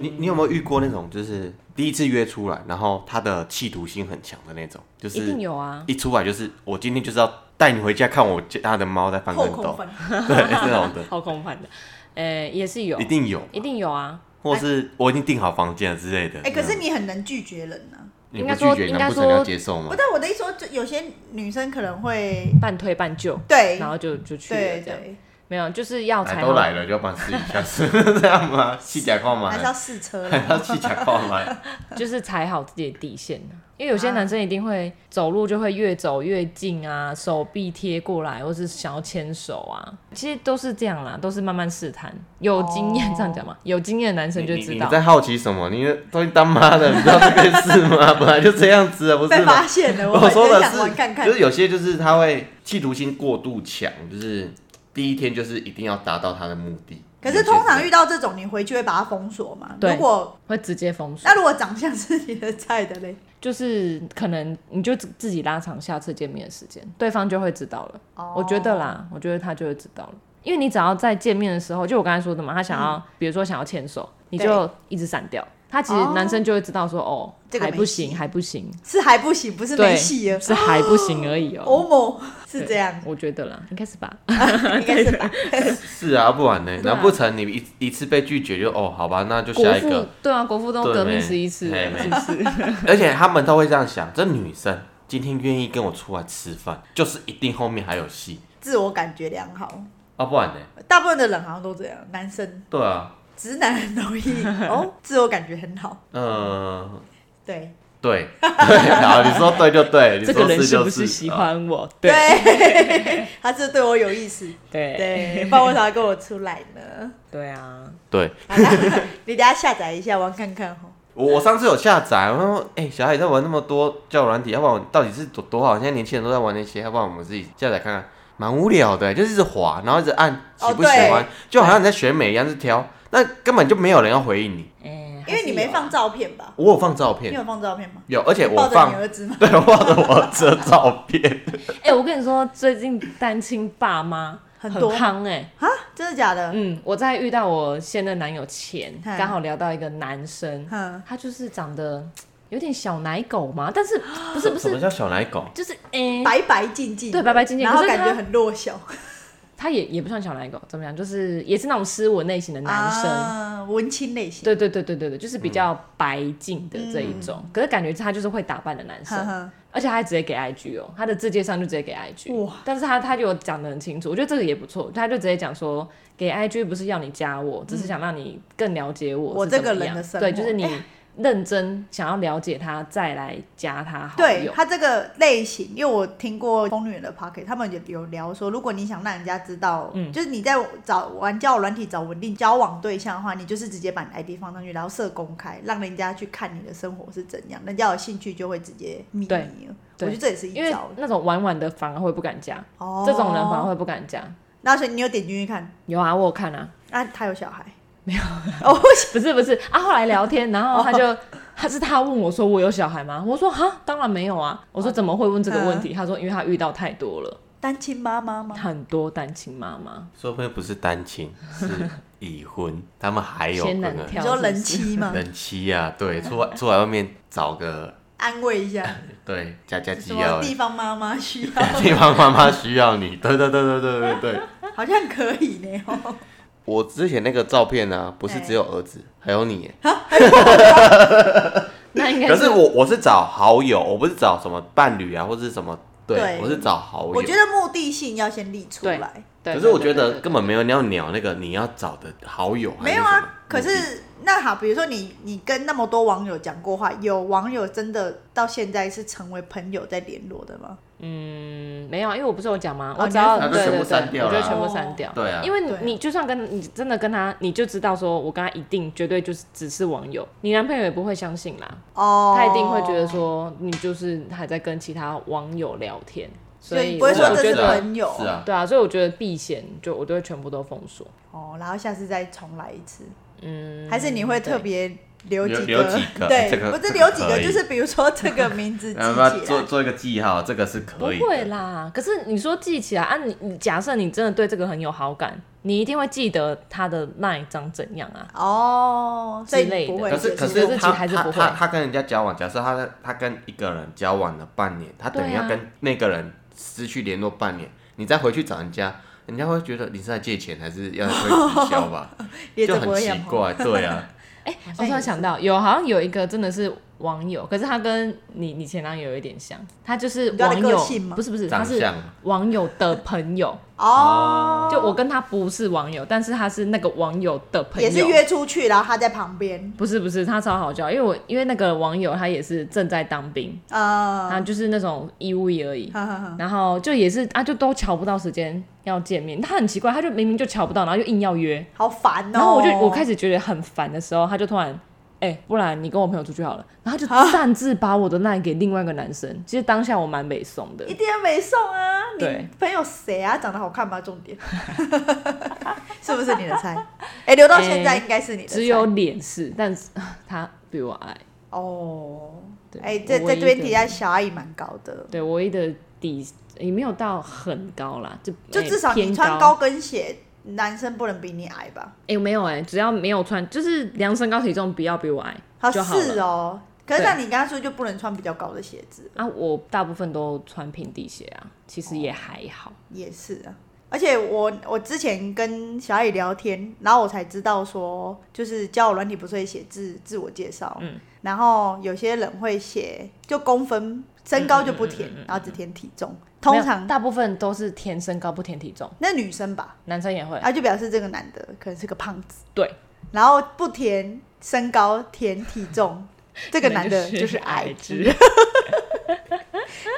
你你有没有遇过那种就是第一次约出来，然后他的企图心很强的那种，就一是定有啊，一出来就是我今天就是要带你回家看我家的猫在翻后跟空斗，翻，对这种 的好空泛的，呃，也是有一，定有，一定有啊。或是我已经订好房间了之类的。哎、可是你很能拒绝人呢、你应不该拒说绝，应难该不成你要说接受不，吗？但我的意思说，就有些女生可能会半推半就，对然后就就去了哎对这样。对，没有，就是要才来哦好哎都来了，就要帮你试一下，是 这样吗？气甲矿吗还？是要试车 还啦。要气甲矿吗？ 就是踩好自己的底线啊因为有些男生一定会走路就会越走越近啊，手臂贴过来，或是想要牵手啊，其实都是这样啦，都是慢慢试探。有经验、哦这样讲嘛，有经验的男生就你知你道你。在好奇什么？你都已经当妈的，你知道这个事吗？ 本来就这样子啊，不是被吗发？现了，我还说真的想玩是，看看。就是有些就是他会企图心过度强，就是第一天就是一定要达到他的目的。可是通常遇到到这种，你回去会把它封锁嘛？对如果会直接封锁那，如果长相是你的菜的嘞，就是可能你就自自己拉长下次见面的时间，对方就会知道了。哦 我觉得啦，我觉得他就会知道了，因为你只要在见面的时候，就我刚才说的嘛，他想要，嗯比如说想要牵手，你就一直闪掉。他其实哦男生就会知道说，哦，这个还没不戏行，还不行，是还不行，不是对没戏了。是还不行而已哦。欧某是对这 样，我觉得啦，应该是吧。应该是吧？是啊，不然呢？对啊难不成你一一次被拒绝就哦，好吧，那就国下一父个？对啊，国父都对革命没十一次嘿了，没是不是？ 而且他们都会这样想：这女生今天愿意跟我出来吃饭，就是一定后面还有戏 自我感觉良好，啊，不然呢？大部分的人好像都这样，男生对啊，直男很容 易哦，自我感觉很好。嗯、对对 对，好，你说对就对，你 这个说人是是就不是喜啊欢我？对， 他是对我有意思，对对，不然为啥要跟我出来呢？对啊，对，好啦， 你等一下下载一下玩看看哦。我我上次有下载，我说哎、小孩在玩那么多交友软体，要不然我到底是多多好？现在年轻人都在玩那些，要不然我们自己下载看看，蛮无聊的，就是一直滑，然后一直按哦喜不喜欢，对就好像你在选美一样，是挑，那根本就没有人要回应你。哎，还因为你是没有啊放照片吧？我有放照你片，有放照片吗？有，而且我抱着放你，儿子吗？ 对，我抱着我儿子的 照片，哎、我跟你说，最近单亲爸妈很多夯哎、啊，真的假的？嗯，我在遇到我现任男友前，嗨刚好聊到一个男生，哼，他就是长得有点小奶狗嘛，但是 不是不什么是，叫小奶狗？就是哎、白白净净的，对白白净净然后可是感他觉很弱小。他也也不算小奶狗，怎么样，就是也是那种斯文类型的男生。啊、文青类型，对对对对对对，就是比较嗯白净的这一嗯种，可是感觉他就是会打扮的男生，呵呵而且他还直接给 IG 哦，他的字界上就直接给 IG。哇！但是他他就有讲的很清楚，我觉得这个也不错，他就直接讲说，给 IG 不是要你加我，只是想让你更了解我，嗯我是怎这个么人样的生对，活就是你哎认真想要了解他，再来加他好对友。他这个类型，因为我听过疯女人的 pocket，他们有有聊说，如果你想让人家知道，嗯就是你在找玩交友软体找稳定交往对象的话，你就是直接把你 ID 放上去，然后设公开，让人家去看你的生活是怎样，人家有兴趣就会直接迷你对了。我对觉得这也是因一为招。那种玩玩的反而会不敢加，哦，这种人反而会不敢加。那所以你有点进去看，有啊，我有看啊，啊，他有小孩，哦不是不是啊，后来聊天，然后他就。他是他问我说我有小孩吗？我说哈，当然没有啊。哦我说怎么会问这个问嗯题？他说因为他遇到太多了，单亲妈妈吗？很多单亲妈妈，说不定不是单亲，是已婚，他们还有先可难能你跳。说是不人是妻吗？人妻啊，对，出来出来外面找个安慰一下，对家家什基要么。地方妈妈需 要？啊地方妈妈需要你，对对对对对对 对。好像可以呢、哦。我之前那个照片呢、不是只有儿子，还有你耶。哎那应该可是我我是找好友，我不是找什么伴侣啊，或是什么，对对我是找好友。我觉得目的性要先立出对来。对可是我对对觉对得对根本没有你要鸟那个你要找的好友，还没有什么啊，可是那好，比如说你你跟那么多网友讲过话，有网友真的到现在是成为朋友在联络的吗？嗯，没有，因为我不是有讲吗？哦我只要你对啊就那就全部对删对，掉我就啦全部删掉。对啊因为你对啊你就算跟你真的跟他，你就知道说，我跟他一定绝对就是只是网友，你男朋友也不会相信啦，哦，他一定会觉得，说你就是还在跟其他网友聊天，所所以以不会我说我这觉是得朋友。是啊，对啊，所以我觉得避嫌就我都会全部都封锁。哦，然后下次再重来一次，嗯，还是你会对特别留几个？留留几个对，这个不是这个留几个，可以就是比如说这个名 字记然后起做来。做一个记号，这个是啊不可以的。会啦。可是你说记起来啊，你你假设你真的对这个很有好感，你一定会记得他的那一张怎样啊？哦，所以之类你的不会可接是触，可可是是他其实还是他不会他他跟人家交往，假设他他跟一个人交往了半年，他等于对啊要跟那个人失去联络半年，你再回去找人家，人家会觉得你是在借钱还是要会直销 吧，连就着不很会奇养猫怪，对啊，哎、像我突也然是想到，有好像有一个真的是网友，可是他跟你你前男友有一点像，他就是你知道他网的友个性吗，不是不 是，长他是相网友的朋友，哦，就我跟他不是网友，但是他是那个网友的朋友，也是约出去，然后他在旁边，不是不是，他超好笑，因为我因为那个网友他也是正在当兵，呃，他就是那种义务役而已，哈哈哈然后就也是啊，就都瞧不到时间要见面，他很奇怪，他就明明就瞧不到，然后就硬要约，好烦哦。然后我就我开始始觉得很烦的时候，他就突然，哎、不然你跟我朋友出去好了，然后他就擅自把我的 line 给另外一个男生。其实当下我蛮美送的一，点没送啊，你对朋友谁啊？长得好看吗？重 点是不是你的菜？ 哎，留到现在哎应该是你的菜，只有脸是，但是啊他比我矮。哦。对哎，这我在唯一这边的提一下，小阿姨蛮高的，对我唯一的底也没有到很高啦，就就哎至少你偏穿高高。跟鞋，男生不能比你矮吧？哎、没有哎、只要没有穿，就是量身高体重不要比我矮好就好了。是哦，可是对那你刚刚说就不能穿比较高的鞋子，啊，我大部分都穿平底鞋啊，其实也还好。也是啊。而且我我之前跟小阿姨聊天，然后我才知道说，就是教我软体不是会写自自我介绍，嗯然后有些人会写就公分，身高就不嗯填，然后只填体重，通没有常大部分都是填身高不填体重，那女生吧，男生也会。她就表示这个男的可能是个胖子，对，然后不填身高，填体 重，这个男的就是矮子，，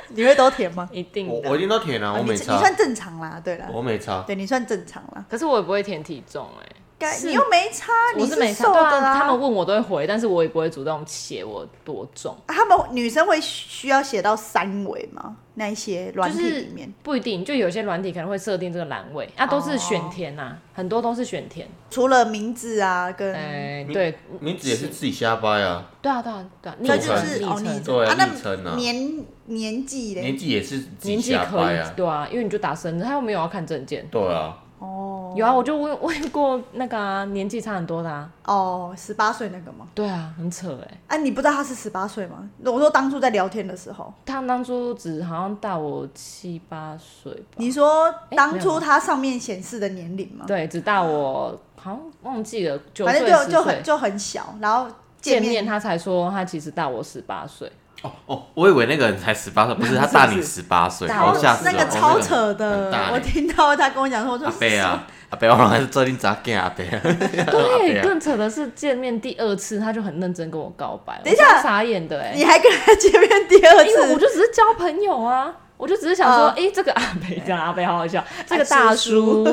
你会都填吗？一定我的。我一定都舔啊，啊我你没你差，算正常啦，对啦，我没差。对你算正常啦。可是我也不会填体重哎、该是你又没差，你我没看瘦对的啊，啦。他们问我都会回，但是我也不会主动写我多重，啊他们女生会需要写到三围吗？那一些就软体是里面，不一定，就有些软体可能会设定这个栏位，啊，都是选填呐、哦啊，很多都是选填，除了名字啊，跟、哎、对，名字也是自己瞎掰啊，对啊，对啊，对啊，昵所以称就是哦，你昵称。对啊昵称那啊年年纪年嘞，纪也是自己年纪瞎可掰以啊，，对啊，因为你就打生日，他又没有要看证件。对啊，哦有啊，我就问问过那个啊，年纪差很多的啊。哦，十八岁那个吗？对啊，很扯哎、啊，你不知道他是十八岁吗？我说当初在聊天的时候，他当初只好像大我七八岁吧。你说哎当没有初他上面显示的年龄吗？对，只大我好像忘记了九啊反岁正就十就岁很就很小，然后见面面，他才说他其实大我十八岁，哦哦，我以为那个人才十八岁，不是他 大你十八岁，大我哦吓死那我！个哦超扯的很，大我嘞听到他跟我讲说，我说阿伯啊，阿伯，我好像是最近咋干阿伯啊？对，阿伯啊更扯的是见面第二次他就很认真跟我告白，等一下我超傻眼的哎、你还跟他见面第二因为我次，就只是交朋友啊，我就只是想说，嗯哎哎、这个阿北，这个阿北好好笑，这个大叔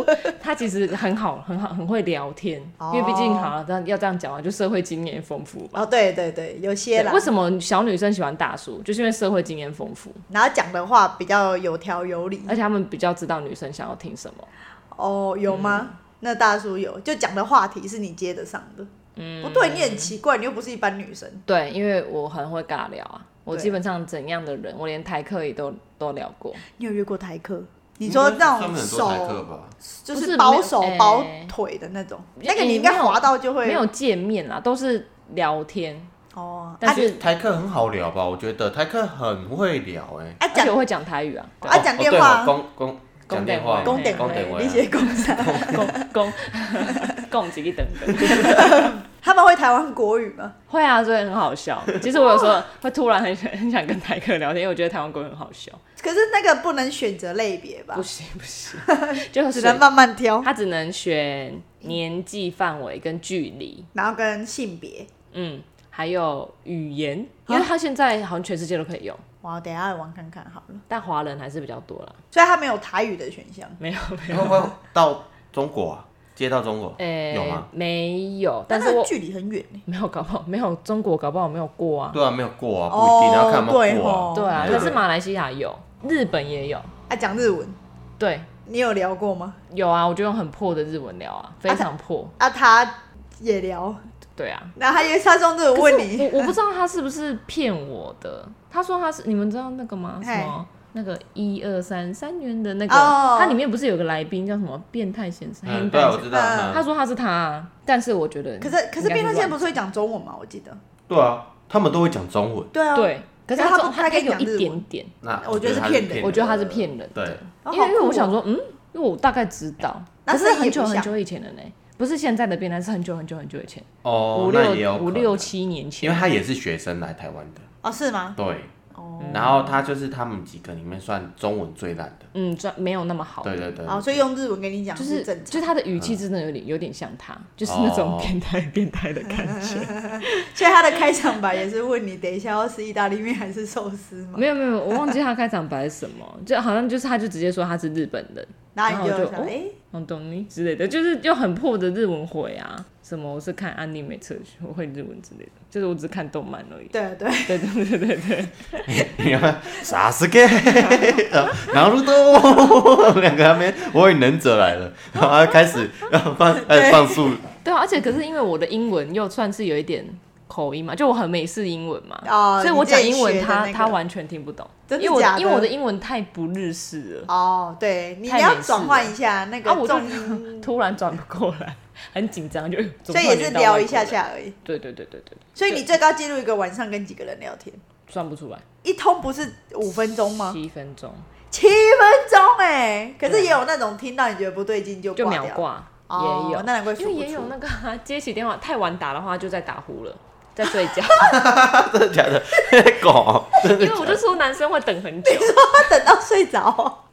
他其实很好，很好，很会聊天，因为毕竟哦好像这样要这样讲啊，就社会经验丰富吧。哦，对对对，有些对啦为，什么小女生喜欢大叔？就是因为社会经验丰富，然后讲的话比较有条有理而。且他们比较知道女生想要听什么。哦，有嗯吗？那大叔有，就讲的话题是你接得上的。嗯，不对，你很奇怪，你又不是一般女生。对，因为我很会尬聊啊，我对基本上怎样的人，我连台客也都都聊过。你有约过台客？你说那上种面很多台客手吧？就不是是包没手哎包腿的那种，那个你应该滑到就会没有见面啦，都是聊天，哦。但啊是哎台客很好聊吧？我觉得台客很会聊哎。啊而讲且我会讲台语啊，对啊讲哦电对话哦公公公讲电话，电话公顶公公电话会，你写公啥？共共 共几个等等，他们会台湾国语吗？会啊，所以很好笑。其实我有时候会突然很想很想跟台客聊天，因为我觉得台湾国语很好笑。可是那个不能选择类别吧不？行不 行，就只是能慢慢挑，他只能选年纪范围跟距离，然后跟性别。嗯，还有语言，啊因为他现在好像全世界都可以用，哇，等一下玩看看好了。但华人还是比较多啦。所以他没有台语的选项，没有没会有，不会到中国啊？接到中国诶、有吗？没有，但是那我个距离很远欸呢。没有搞不好，没有中国搞不好没有过啊。对啊，没有过啊，不一定哦要看有没有过对啊吼。对啊，对可是马来西亚有，日本也有，啊，讲日文，对，你有聊过吗？有啊，我就用很破的日文聊啊，非常破，啊，他也聊，对啊。然后他也他用日文问我你，我不知道他是不是骗我的，他说他是，你们知道那个吗？嘿什么？那个一二三三元的那个，哦它里面不是有个来宾叫什么变态先生？黑嗯，对蛋啊，先我生知道。嗯他嗯说他是他啊，但是我觉 得可是可是变态现在不是是会讲中文吗？我记得。对啊，他们都会讲中文。对啊，乱对，可是可是他他中不他他可以有讲日一文点点，那我觉得是他骗人的我觉得他是骗人对哎的，哦因为因好为酷哦我想说，嗯，因为我大概知道，那可所是以也很久不很想久以前的呢。不是现在的便当，是很久很久很久以前，哦，五那也有六可五能六，七年因为前。他也是学生来台湾的，哦，是吗？对，哦然后他就是他们几个里面算中文最烂的，嗯，专没有那么好，对对对，哦，所以用日文跟你讲就是正就常。是他的语气真的有点有点像他，就是那种哦变态变态的感觉。 所以他的开场白也是问你，等一下要吃意大利面还是寿司 吗？没有没有，我忘记他开场白是什么，就好像就是他就直接说他是日本人，然后你然后就我就想，哦哎，我懂你之类的，就是就很破的日文回啊，什么我是看安利美车，我会日文之类的，就是我只看动漫而已。对啊对啊，对对对对对，你看啥是 gay，然后都两个还没，我也忍者来了，然后他开始然后 放开始放速，对啊，而且可是因为我的英文又算是有一点口音嘛，就我很美式英文嘛，哦所以我讲英你文自己学的他、那个他完全听不懂，真的因为我假的因为我的英文太不日式了，哦，对，你太美要式转了换一下那啊我个就 重音，突然转不过来，很紧张就。所怎么以突然也是间到聊外一国下人，下而已。对对对对对，所以你最高记录一个晚上跟几个人聊天？算不出来，一通不是五分钟吗？七分钟七分钟哎、可是对也有那种听到你觉得不对劲就就挂秒掉，挂，哦也有，那难怪数因不为出也有那个、啊、接起电话太晚打的话就在打呼了，在睡觉。真的假的？狗， 因为我就说男生会等很久，他 等到睡着哦、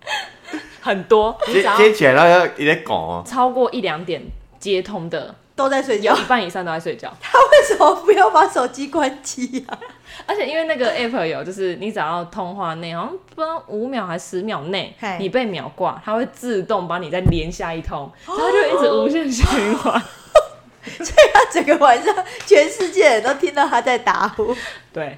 很多，你接只要接起来然后要也在哦狗，超过一两点接通的，都在 睡有觉一，半以上都在睡觉。他为什么不要把手机关机啊？ 而且因为那个 app 有，就是你只要通话内，好像不知道五秒还是十秒内嘿，哦你被秒挂，它会自动把你再连下一通，然后就一直无限循 环。他整个晚上全世界人都听到他在打呼，对，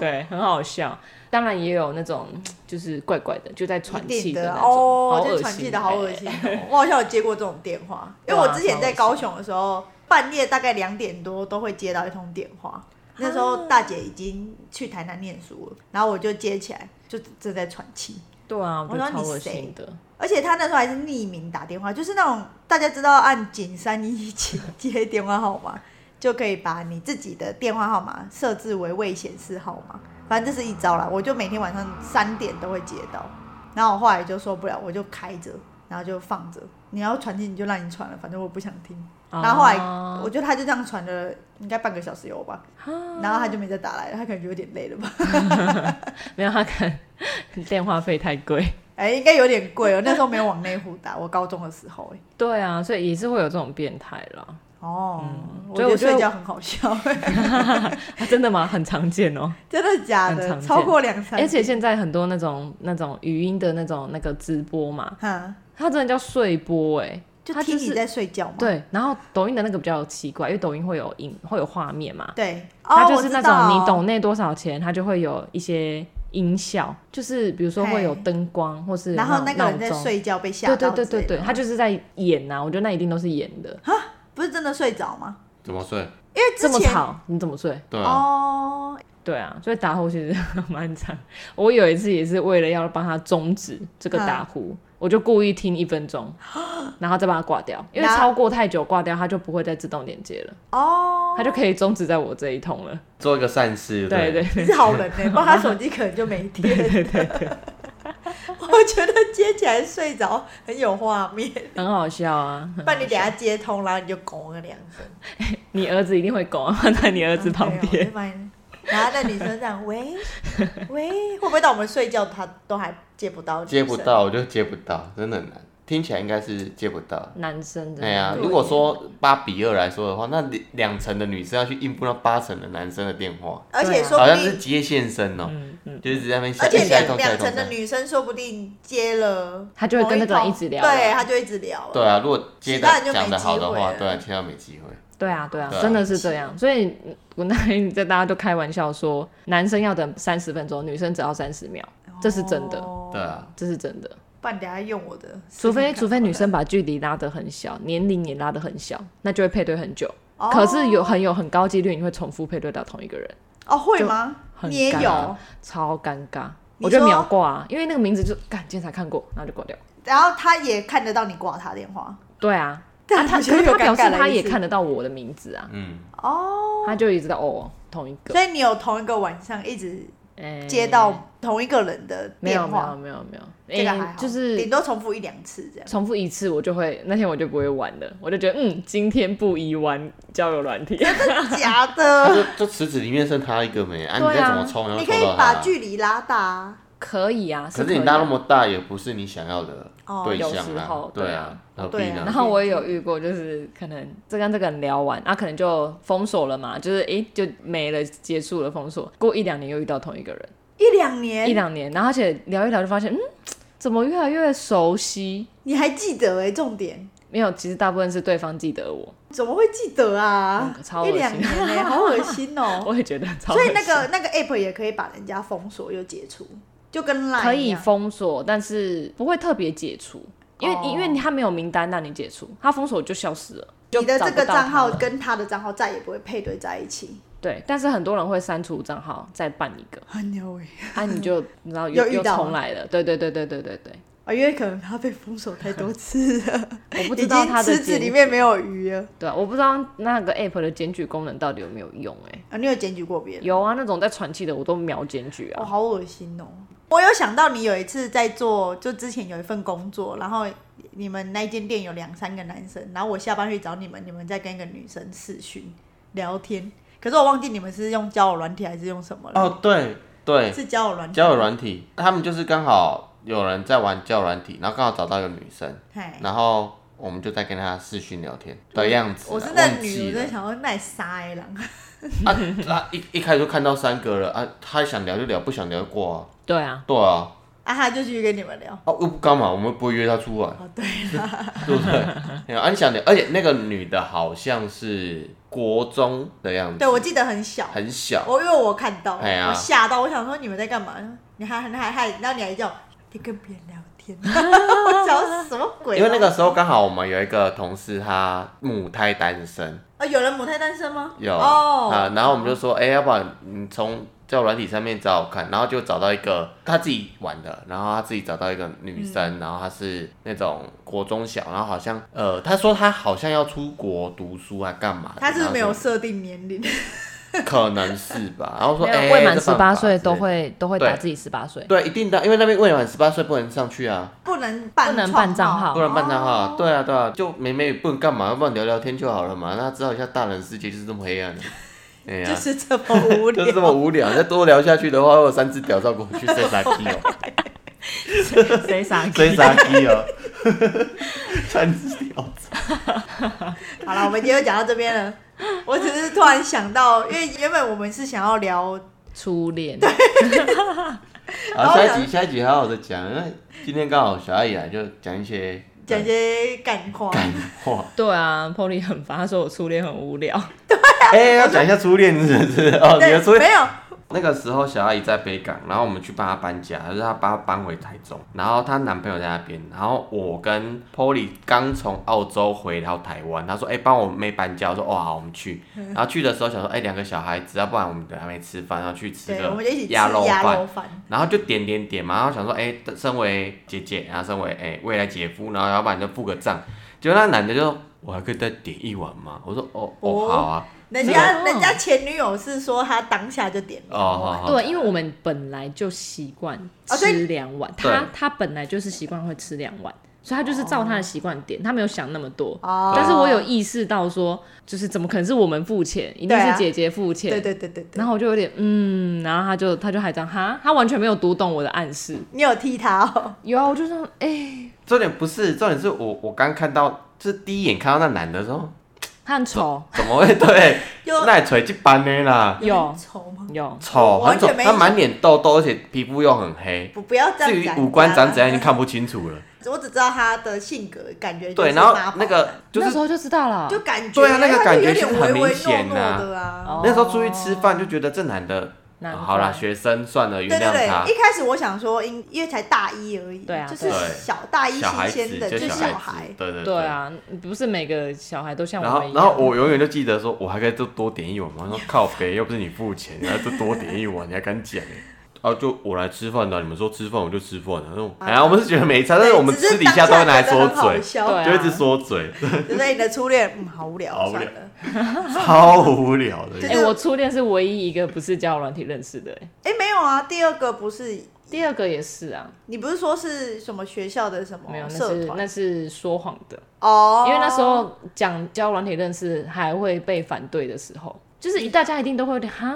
对，很好笑。当然也有那种就是怪怪的，就在喘一气定那种，好哦，恶就心，喘气的好恶哎啊心、哦。我好像有接过这种电话，因为我之前在高雄的时候，半夜大概两点多都会接到一通电话。那时啊候大姐已经去台南念书了，然后我就接起来，就正在喘气。对啊，我觉我说得超你恶谁心的。而且他那时候还是匿名打电话，就是那种大家知道按井三一七接电话号码， 就可以把你自己的电话号码设置为未显示号码。反正这是一招啦，我就每天晚上三点都会接到，然后我后来就受不了，我就开着，然后就放着。你要传进你就让你传了，反正我不想听。然后后来啊我觉得他就这样传了应该半个小时有吧，然后他就没再打来了，他可能就有点累了吧。没有他可能电话费太贵。哎、应该有点贵哦，那时候没有往内户打，我高中的时候、哎。对啊，所以也是会有这种变态啦、哦，我所以觉得嗯我觉得睡觉很好笑， 啊真的吗？很常见哦、真的假很的？常见超过两三而天，且现在很多那种那种语音的那种那个直播嘛，哈，它真的叫睡播哎、就它听是你在睡觉嘛。对，然后抖音的那个比较奇怪，因为抖音会有影会有画面嘛，对，它哦就是那种你。我知道抖内多少钱，它就会有一些音效，就是比如说会有嘿灯光或是有然后种那个人闹在钟睡觉被吓对到之对类的，对对对，他就是在演啊呐、我觉得那一定都是演的。不是真的睡着吗？怎么睡？因为这之么前吵，你怎么睡？对啊，哦，对啊，所以打呼其实 蛮长。我有一次也是为了要帮他终止这个打呼，我就故意听一分钟，然后再把它挂掉，因为那超过太久挂掉，它就不会再自动连接了，哦，它就可以终止在我这一通了。做一个善事，对对 你是好人欸呢，不然他手机可能就没 电。对对对 我觉得接起来睡着很有画面，很好笑啊！不然你等下接通，然后你就拱了两声。你儿子一定会拱啊， 放在你儿子旁嗯对我边就。把你然后那女生这样，喂 喂，会不会到我们睡觉，她都还接不到？接不。到我就接不到，真的很难，听起来应该是接不到。男生的，对哎呀、对如果说八比二来说的话，那两两层的女生要去应付那八层的男生的电话，而啊且说好不像是定，接线生哦、嗯嗯，就是在那边下而且下一两通下两一通层的下一通。女生说不定接了，她就会跟那个人一直聊对，她就一直聊。对，啊，如果接的其他人就没讲的好的机会话，了对、啊，其他没机会。对啊，对啊对，啊真的是这样。所以嗯我那天在大家都开玩笑说，男生要等三十分钟，女生只要三十秒，这是真哦的，对啊，这是真的。不然等下用我的，除非除非女生把距离拉得很小，年龄也拉得很小，那就会配对很久。哦，可是有很有很高几率你会重复配对到同一个人，哦会吗？很你也尴尬有，超尴尬。你我就说秒挂、啊，因为那个名字就干，今天才看过，然后就挂掉。然后她也看得到你挂她电话。对啊，但啊他我可觉得是有他表尴示尬的他意也思看得到我的名字啊，嗯，哦，他就一直在哦同一个。所以你有同一个晚上一直哎接到同一个人的没有电没有话，没有没有，这个哎还好，就是顶多重复一两次 这样。重复一次，我就会那天我就不会玩了，我就觉得嗯，今天不宜玩交友软体。假他 的，就就啊池子里面剩他一个没，啊，你对再啊怎么冲，然后啊你抽可以到把他。距离拉大啊。可以啊，可可以是啊你拉那么大，也不是你想要的哦对有象时啊候，对对啊啊，何必对啊呢 然？后我也有遇过，就是可能这跟这个人聊完，啊，可能就封锁了嘛，就是诶、就没了，结束了封锁。过一两年又遇到同一个人，一两年，一两年，然后而且聊一聊就发现，嗯，怎么越来越熟悉？你还记得哎、重点没有，其实大部分是对方记得我， 怎么会记得啊？嗯超恶一心两年 哎、好恶心哦、我也觉得超恶所心。以那个那个 app 也可以把人家封锁又解除，就跟 line 可一以样封锁，但是不会特别解除，因为、哦因为他没有名单让你解除，他封锁就消失了。就你的找这不个到账他号了跟他的账号再也不会配对在一起，对，但是很多人会删除账号再办一个，很牛哎、啊，你就你知道又又遇又到重了来了，对对对对对对对，啊，因为可能他被封锁太多次了，我不已知道经他的池子检里举面没有鱼了。对啊、我不知道那个 app 的检举功能到底有没有用、欸，啊，你有检举过别人？有啊，那种在喘气的我都秒检举哦，啊，好恶心哦！我有想到你有一次在做，就之前有一份工作，然后你们那间店有两三个男生，然后我下班去找你们，你们再跟一个女生视讯聊天，可是我忘记你们是用交友软体还是用什么了？哦，对对，是交友软体。交友软体，他们就是刚好有人在玩交友软体，然后刚好找到一个女生，嗨，然后我们就在跟她视讯聊天的样子啊。哎我是那忘女，我记了 在想说那杀哎狼，啊，他一一开始就看到三个了啊，他想聊就聊，不想聊就过啊。对啊，对啊， 啊哈，就继续跟你们聊。哦、又不干嘛，我们不会约他出来， 哦，对，对不对？没有啊，你想聊，而且那个女的好像是国中的样子，对我记得很小，很小，哦我因为我看到，哎呀我吓到，我想说你们在干嘛？你还还还，然后你还叫我在跟别人聊天， 我讲什么鬼啊？因为那个时候刚好我们有一个同事，她母胎单身，啊，有人母胎单身吗？有哦，啊，然后我们就说，哎、要不然你从交友软体上面找我看，然后就找到一嗯个他自己玩的，然后他自己找到一个女生，然后她是那种国中小，然后好像呃，他说他好像要出国读书还干嘛的，他是不是没有然后设定年龄，说，可能是吧，然后说，没哎、有未满这十犯法八岁之都类的，会都会打对自己十 八岁，对，一定的，因为那边未满十八岁不能上去啊，不能办不能创办账不号能办账号，对啊对啊，就妹妹不能干嘛，要不然聊聊天就好了嘛，那知道一下大人世界就是这么黑 暗的，哎呀、就是这么无聊 就是。这么无聊，再多聊下去的话，会有三只屌照过去塞傻鸡哦，谁 傻塞傻鸡哦， 三只屌照。好了，我们今天就讲到这边了。我只是突然想到，因为原本我们是想要聊，初恋，好，下一集下一集还好的讲，因为今天刚好小阿姨来就讲一些讲一些干话。干话，对啊，Polly 很烦，他说我初恋很无聊， 哎，要讲一下初恋是不是？哦，你对的初，恋。没有，那个时候小阿姨在北港，然后我们去帮她搬家，就是她把她搬回台中，然后她男朋友在那边，然后我跟 Polly 刚从澳洲回到台湾，她说：“哎、帮我妹搬家。”我说：“哦，好，我们去。”然后去的时候想说：“哎、两个小孩子，要不然我们等还没吃饭，然后去吃对，我个们就一起吃鸭鸭肉肉饭。”饭。然后就点点点嘛，然后想说，哎、身为姐姐，然后身为哎、未来姐夫，然后要不然就付个账。结果那男的就说，我还可以再点一碗吗？我说，哦哦哦，好啊，人家没有人家前女友是说她当下就点哦了，好好。对，啊因为我们本来就习惯哦所以吃两碗，对他他本来就是习惯会吃两碗，所以他就是照他的习惯点，他没有想那么多。哦但是我有意识到说，就是怎么可能是我们付钱，一定对啊是姐姐付钱。对对对对对然。后我就有点嗯，然后他就他就还这样哈，他完全没有读懂我的暗示。你有踢他哦？有啊，我就说哎、重点不是，重点是我我刚看到，就是第一眼看到那男的时候，他很丑，怎么会 对？有那垂去班的啦，有很丑吗？有丑，我完很全丑，没他满脸痘痘，而且皮肤又很黑。不不要这样至于讲人家五官长怎样，已经看不清 楚了。我只知道他的性格，感觉就是对，然后妈宝那个就那是时候就知道了，就感觉对啊那个他就感觉有是点很唯明唯显诺诺啊的啊。哦那时候出去吃饭，就觉得这男的，难啊怪好啦，学生算了，对原对谅对他，。一开始我想说，因因为才大一而已，对啊就是对啊小大一小孩新子鲜的，就就是小小孩孩子，。对对对。啊，不是每个小孩都像然我们后一，样。然后我永远就记得 说，我还可以再多点一碗嘛。我说靠北，又不是你付钱，然后再多点一碗，你还敢讲？啊，就我来吃饭的啊、你们说吃饭我就吃饭啊，那种。哎呀，我们是觉得没差，但是我们私底下都会拿来说嘴，对啊对，啊就一直说嘴，就说你的初恋，嗯，好无聊，好无算聊了。 超无聊的。哎、我初恋是唯一一个不是交友软体认识的、哎，哎，没有啊，第二个不是第二个也是啊，你不是说是什么学校的什么没哦有，那社是团那是说谎的，哦？因为那时候讲交友软体认识还会被反对的时候，就是大家一定都会有点哈，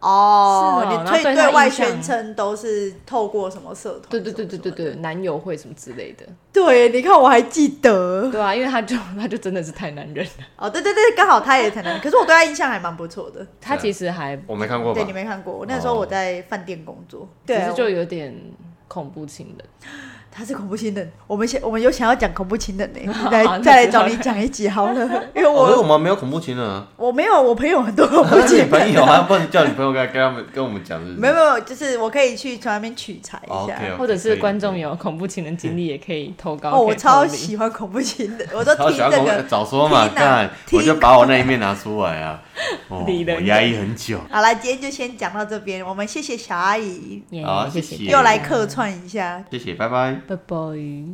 哦，是哦然你后所以对他对外印象宣称都是透过什么社团？对对对对对什么对，男友会什么之类的，对，你看我还记得对啊，因为他就他就真的是太男人了，哦，对对对，刚好他也才能，可是我对他印象还蛮不错的。他啊其实还我没看过吧哦对，你？没看过，我那时候我在饭店工作，只对，啊是就有点恐怖情人，他是恐怖情人，我们想我们有想要讲恐怖情 人呢、好来那再来就找好你讲一集好 了，因为哦，可是我我们没有恐怖情人啊，我没有，我朋友很多恐怖那是情你朋人，友啊，不能叫你朋友跟跟他们跟我们讲，是不是没有没有，就是我可以去从那边取材一下。 OK，OK 或者是可以观众有恐怖情人经历也可以投稿哦，我给 Polly 超喜欢恐怖情人，我都超听喜欢这恐个怖，早说啊嘛，听啊干，听我就把我那一面拿出来啊，哦，理人我压抑很久。好了，今天就先讲到这边，我们谢谢小阿姨耶好谢谢谢谢， Yeah 又来客，串一下。谢谢，拜拜。拜拜。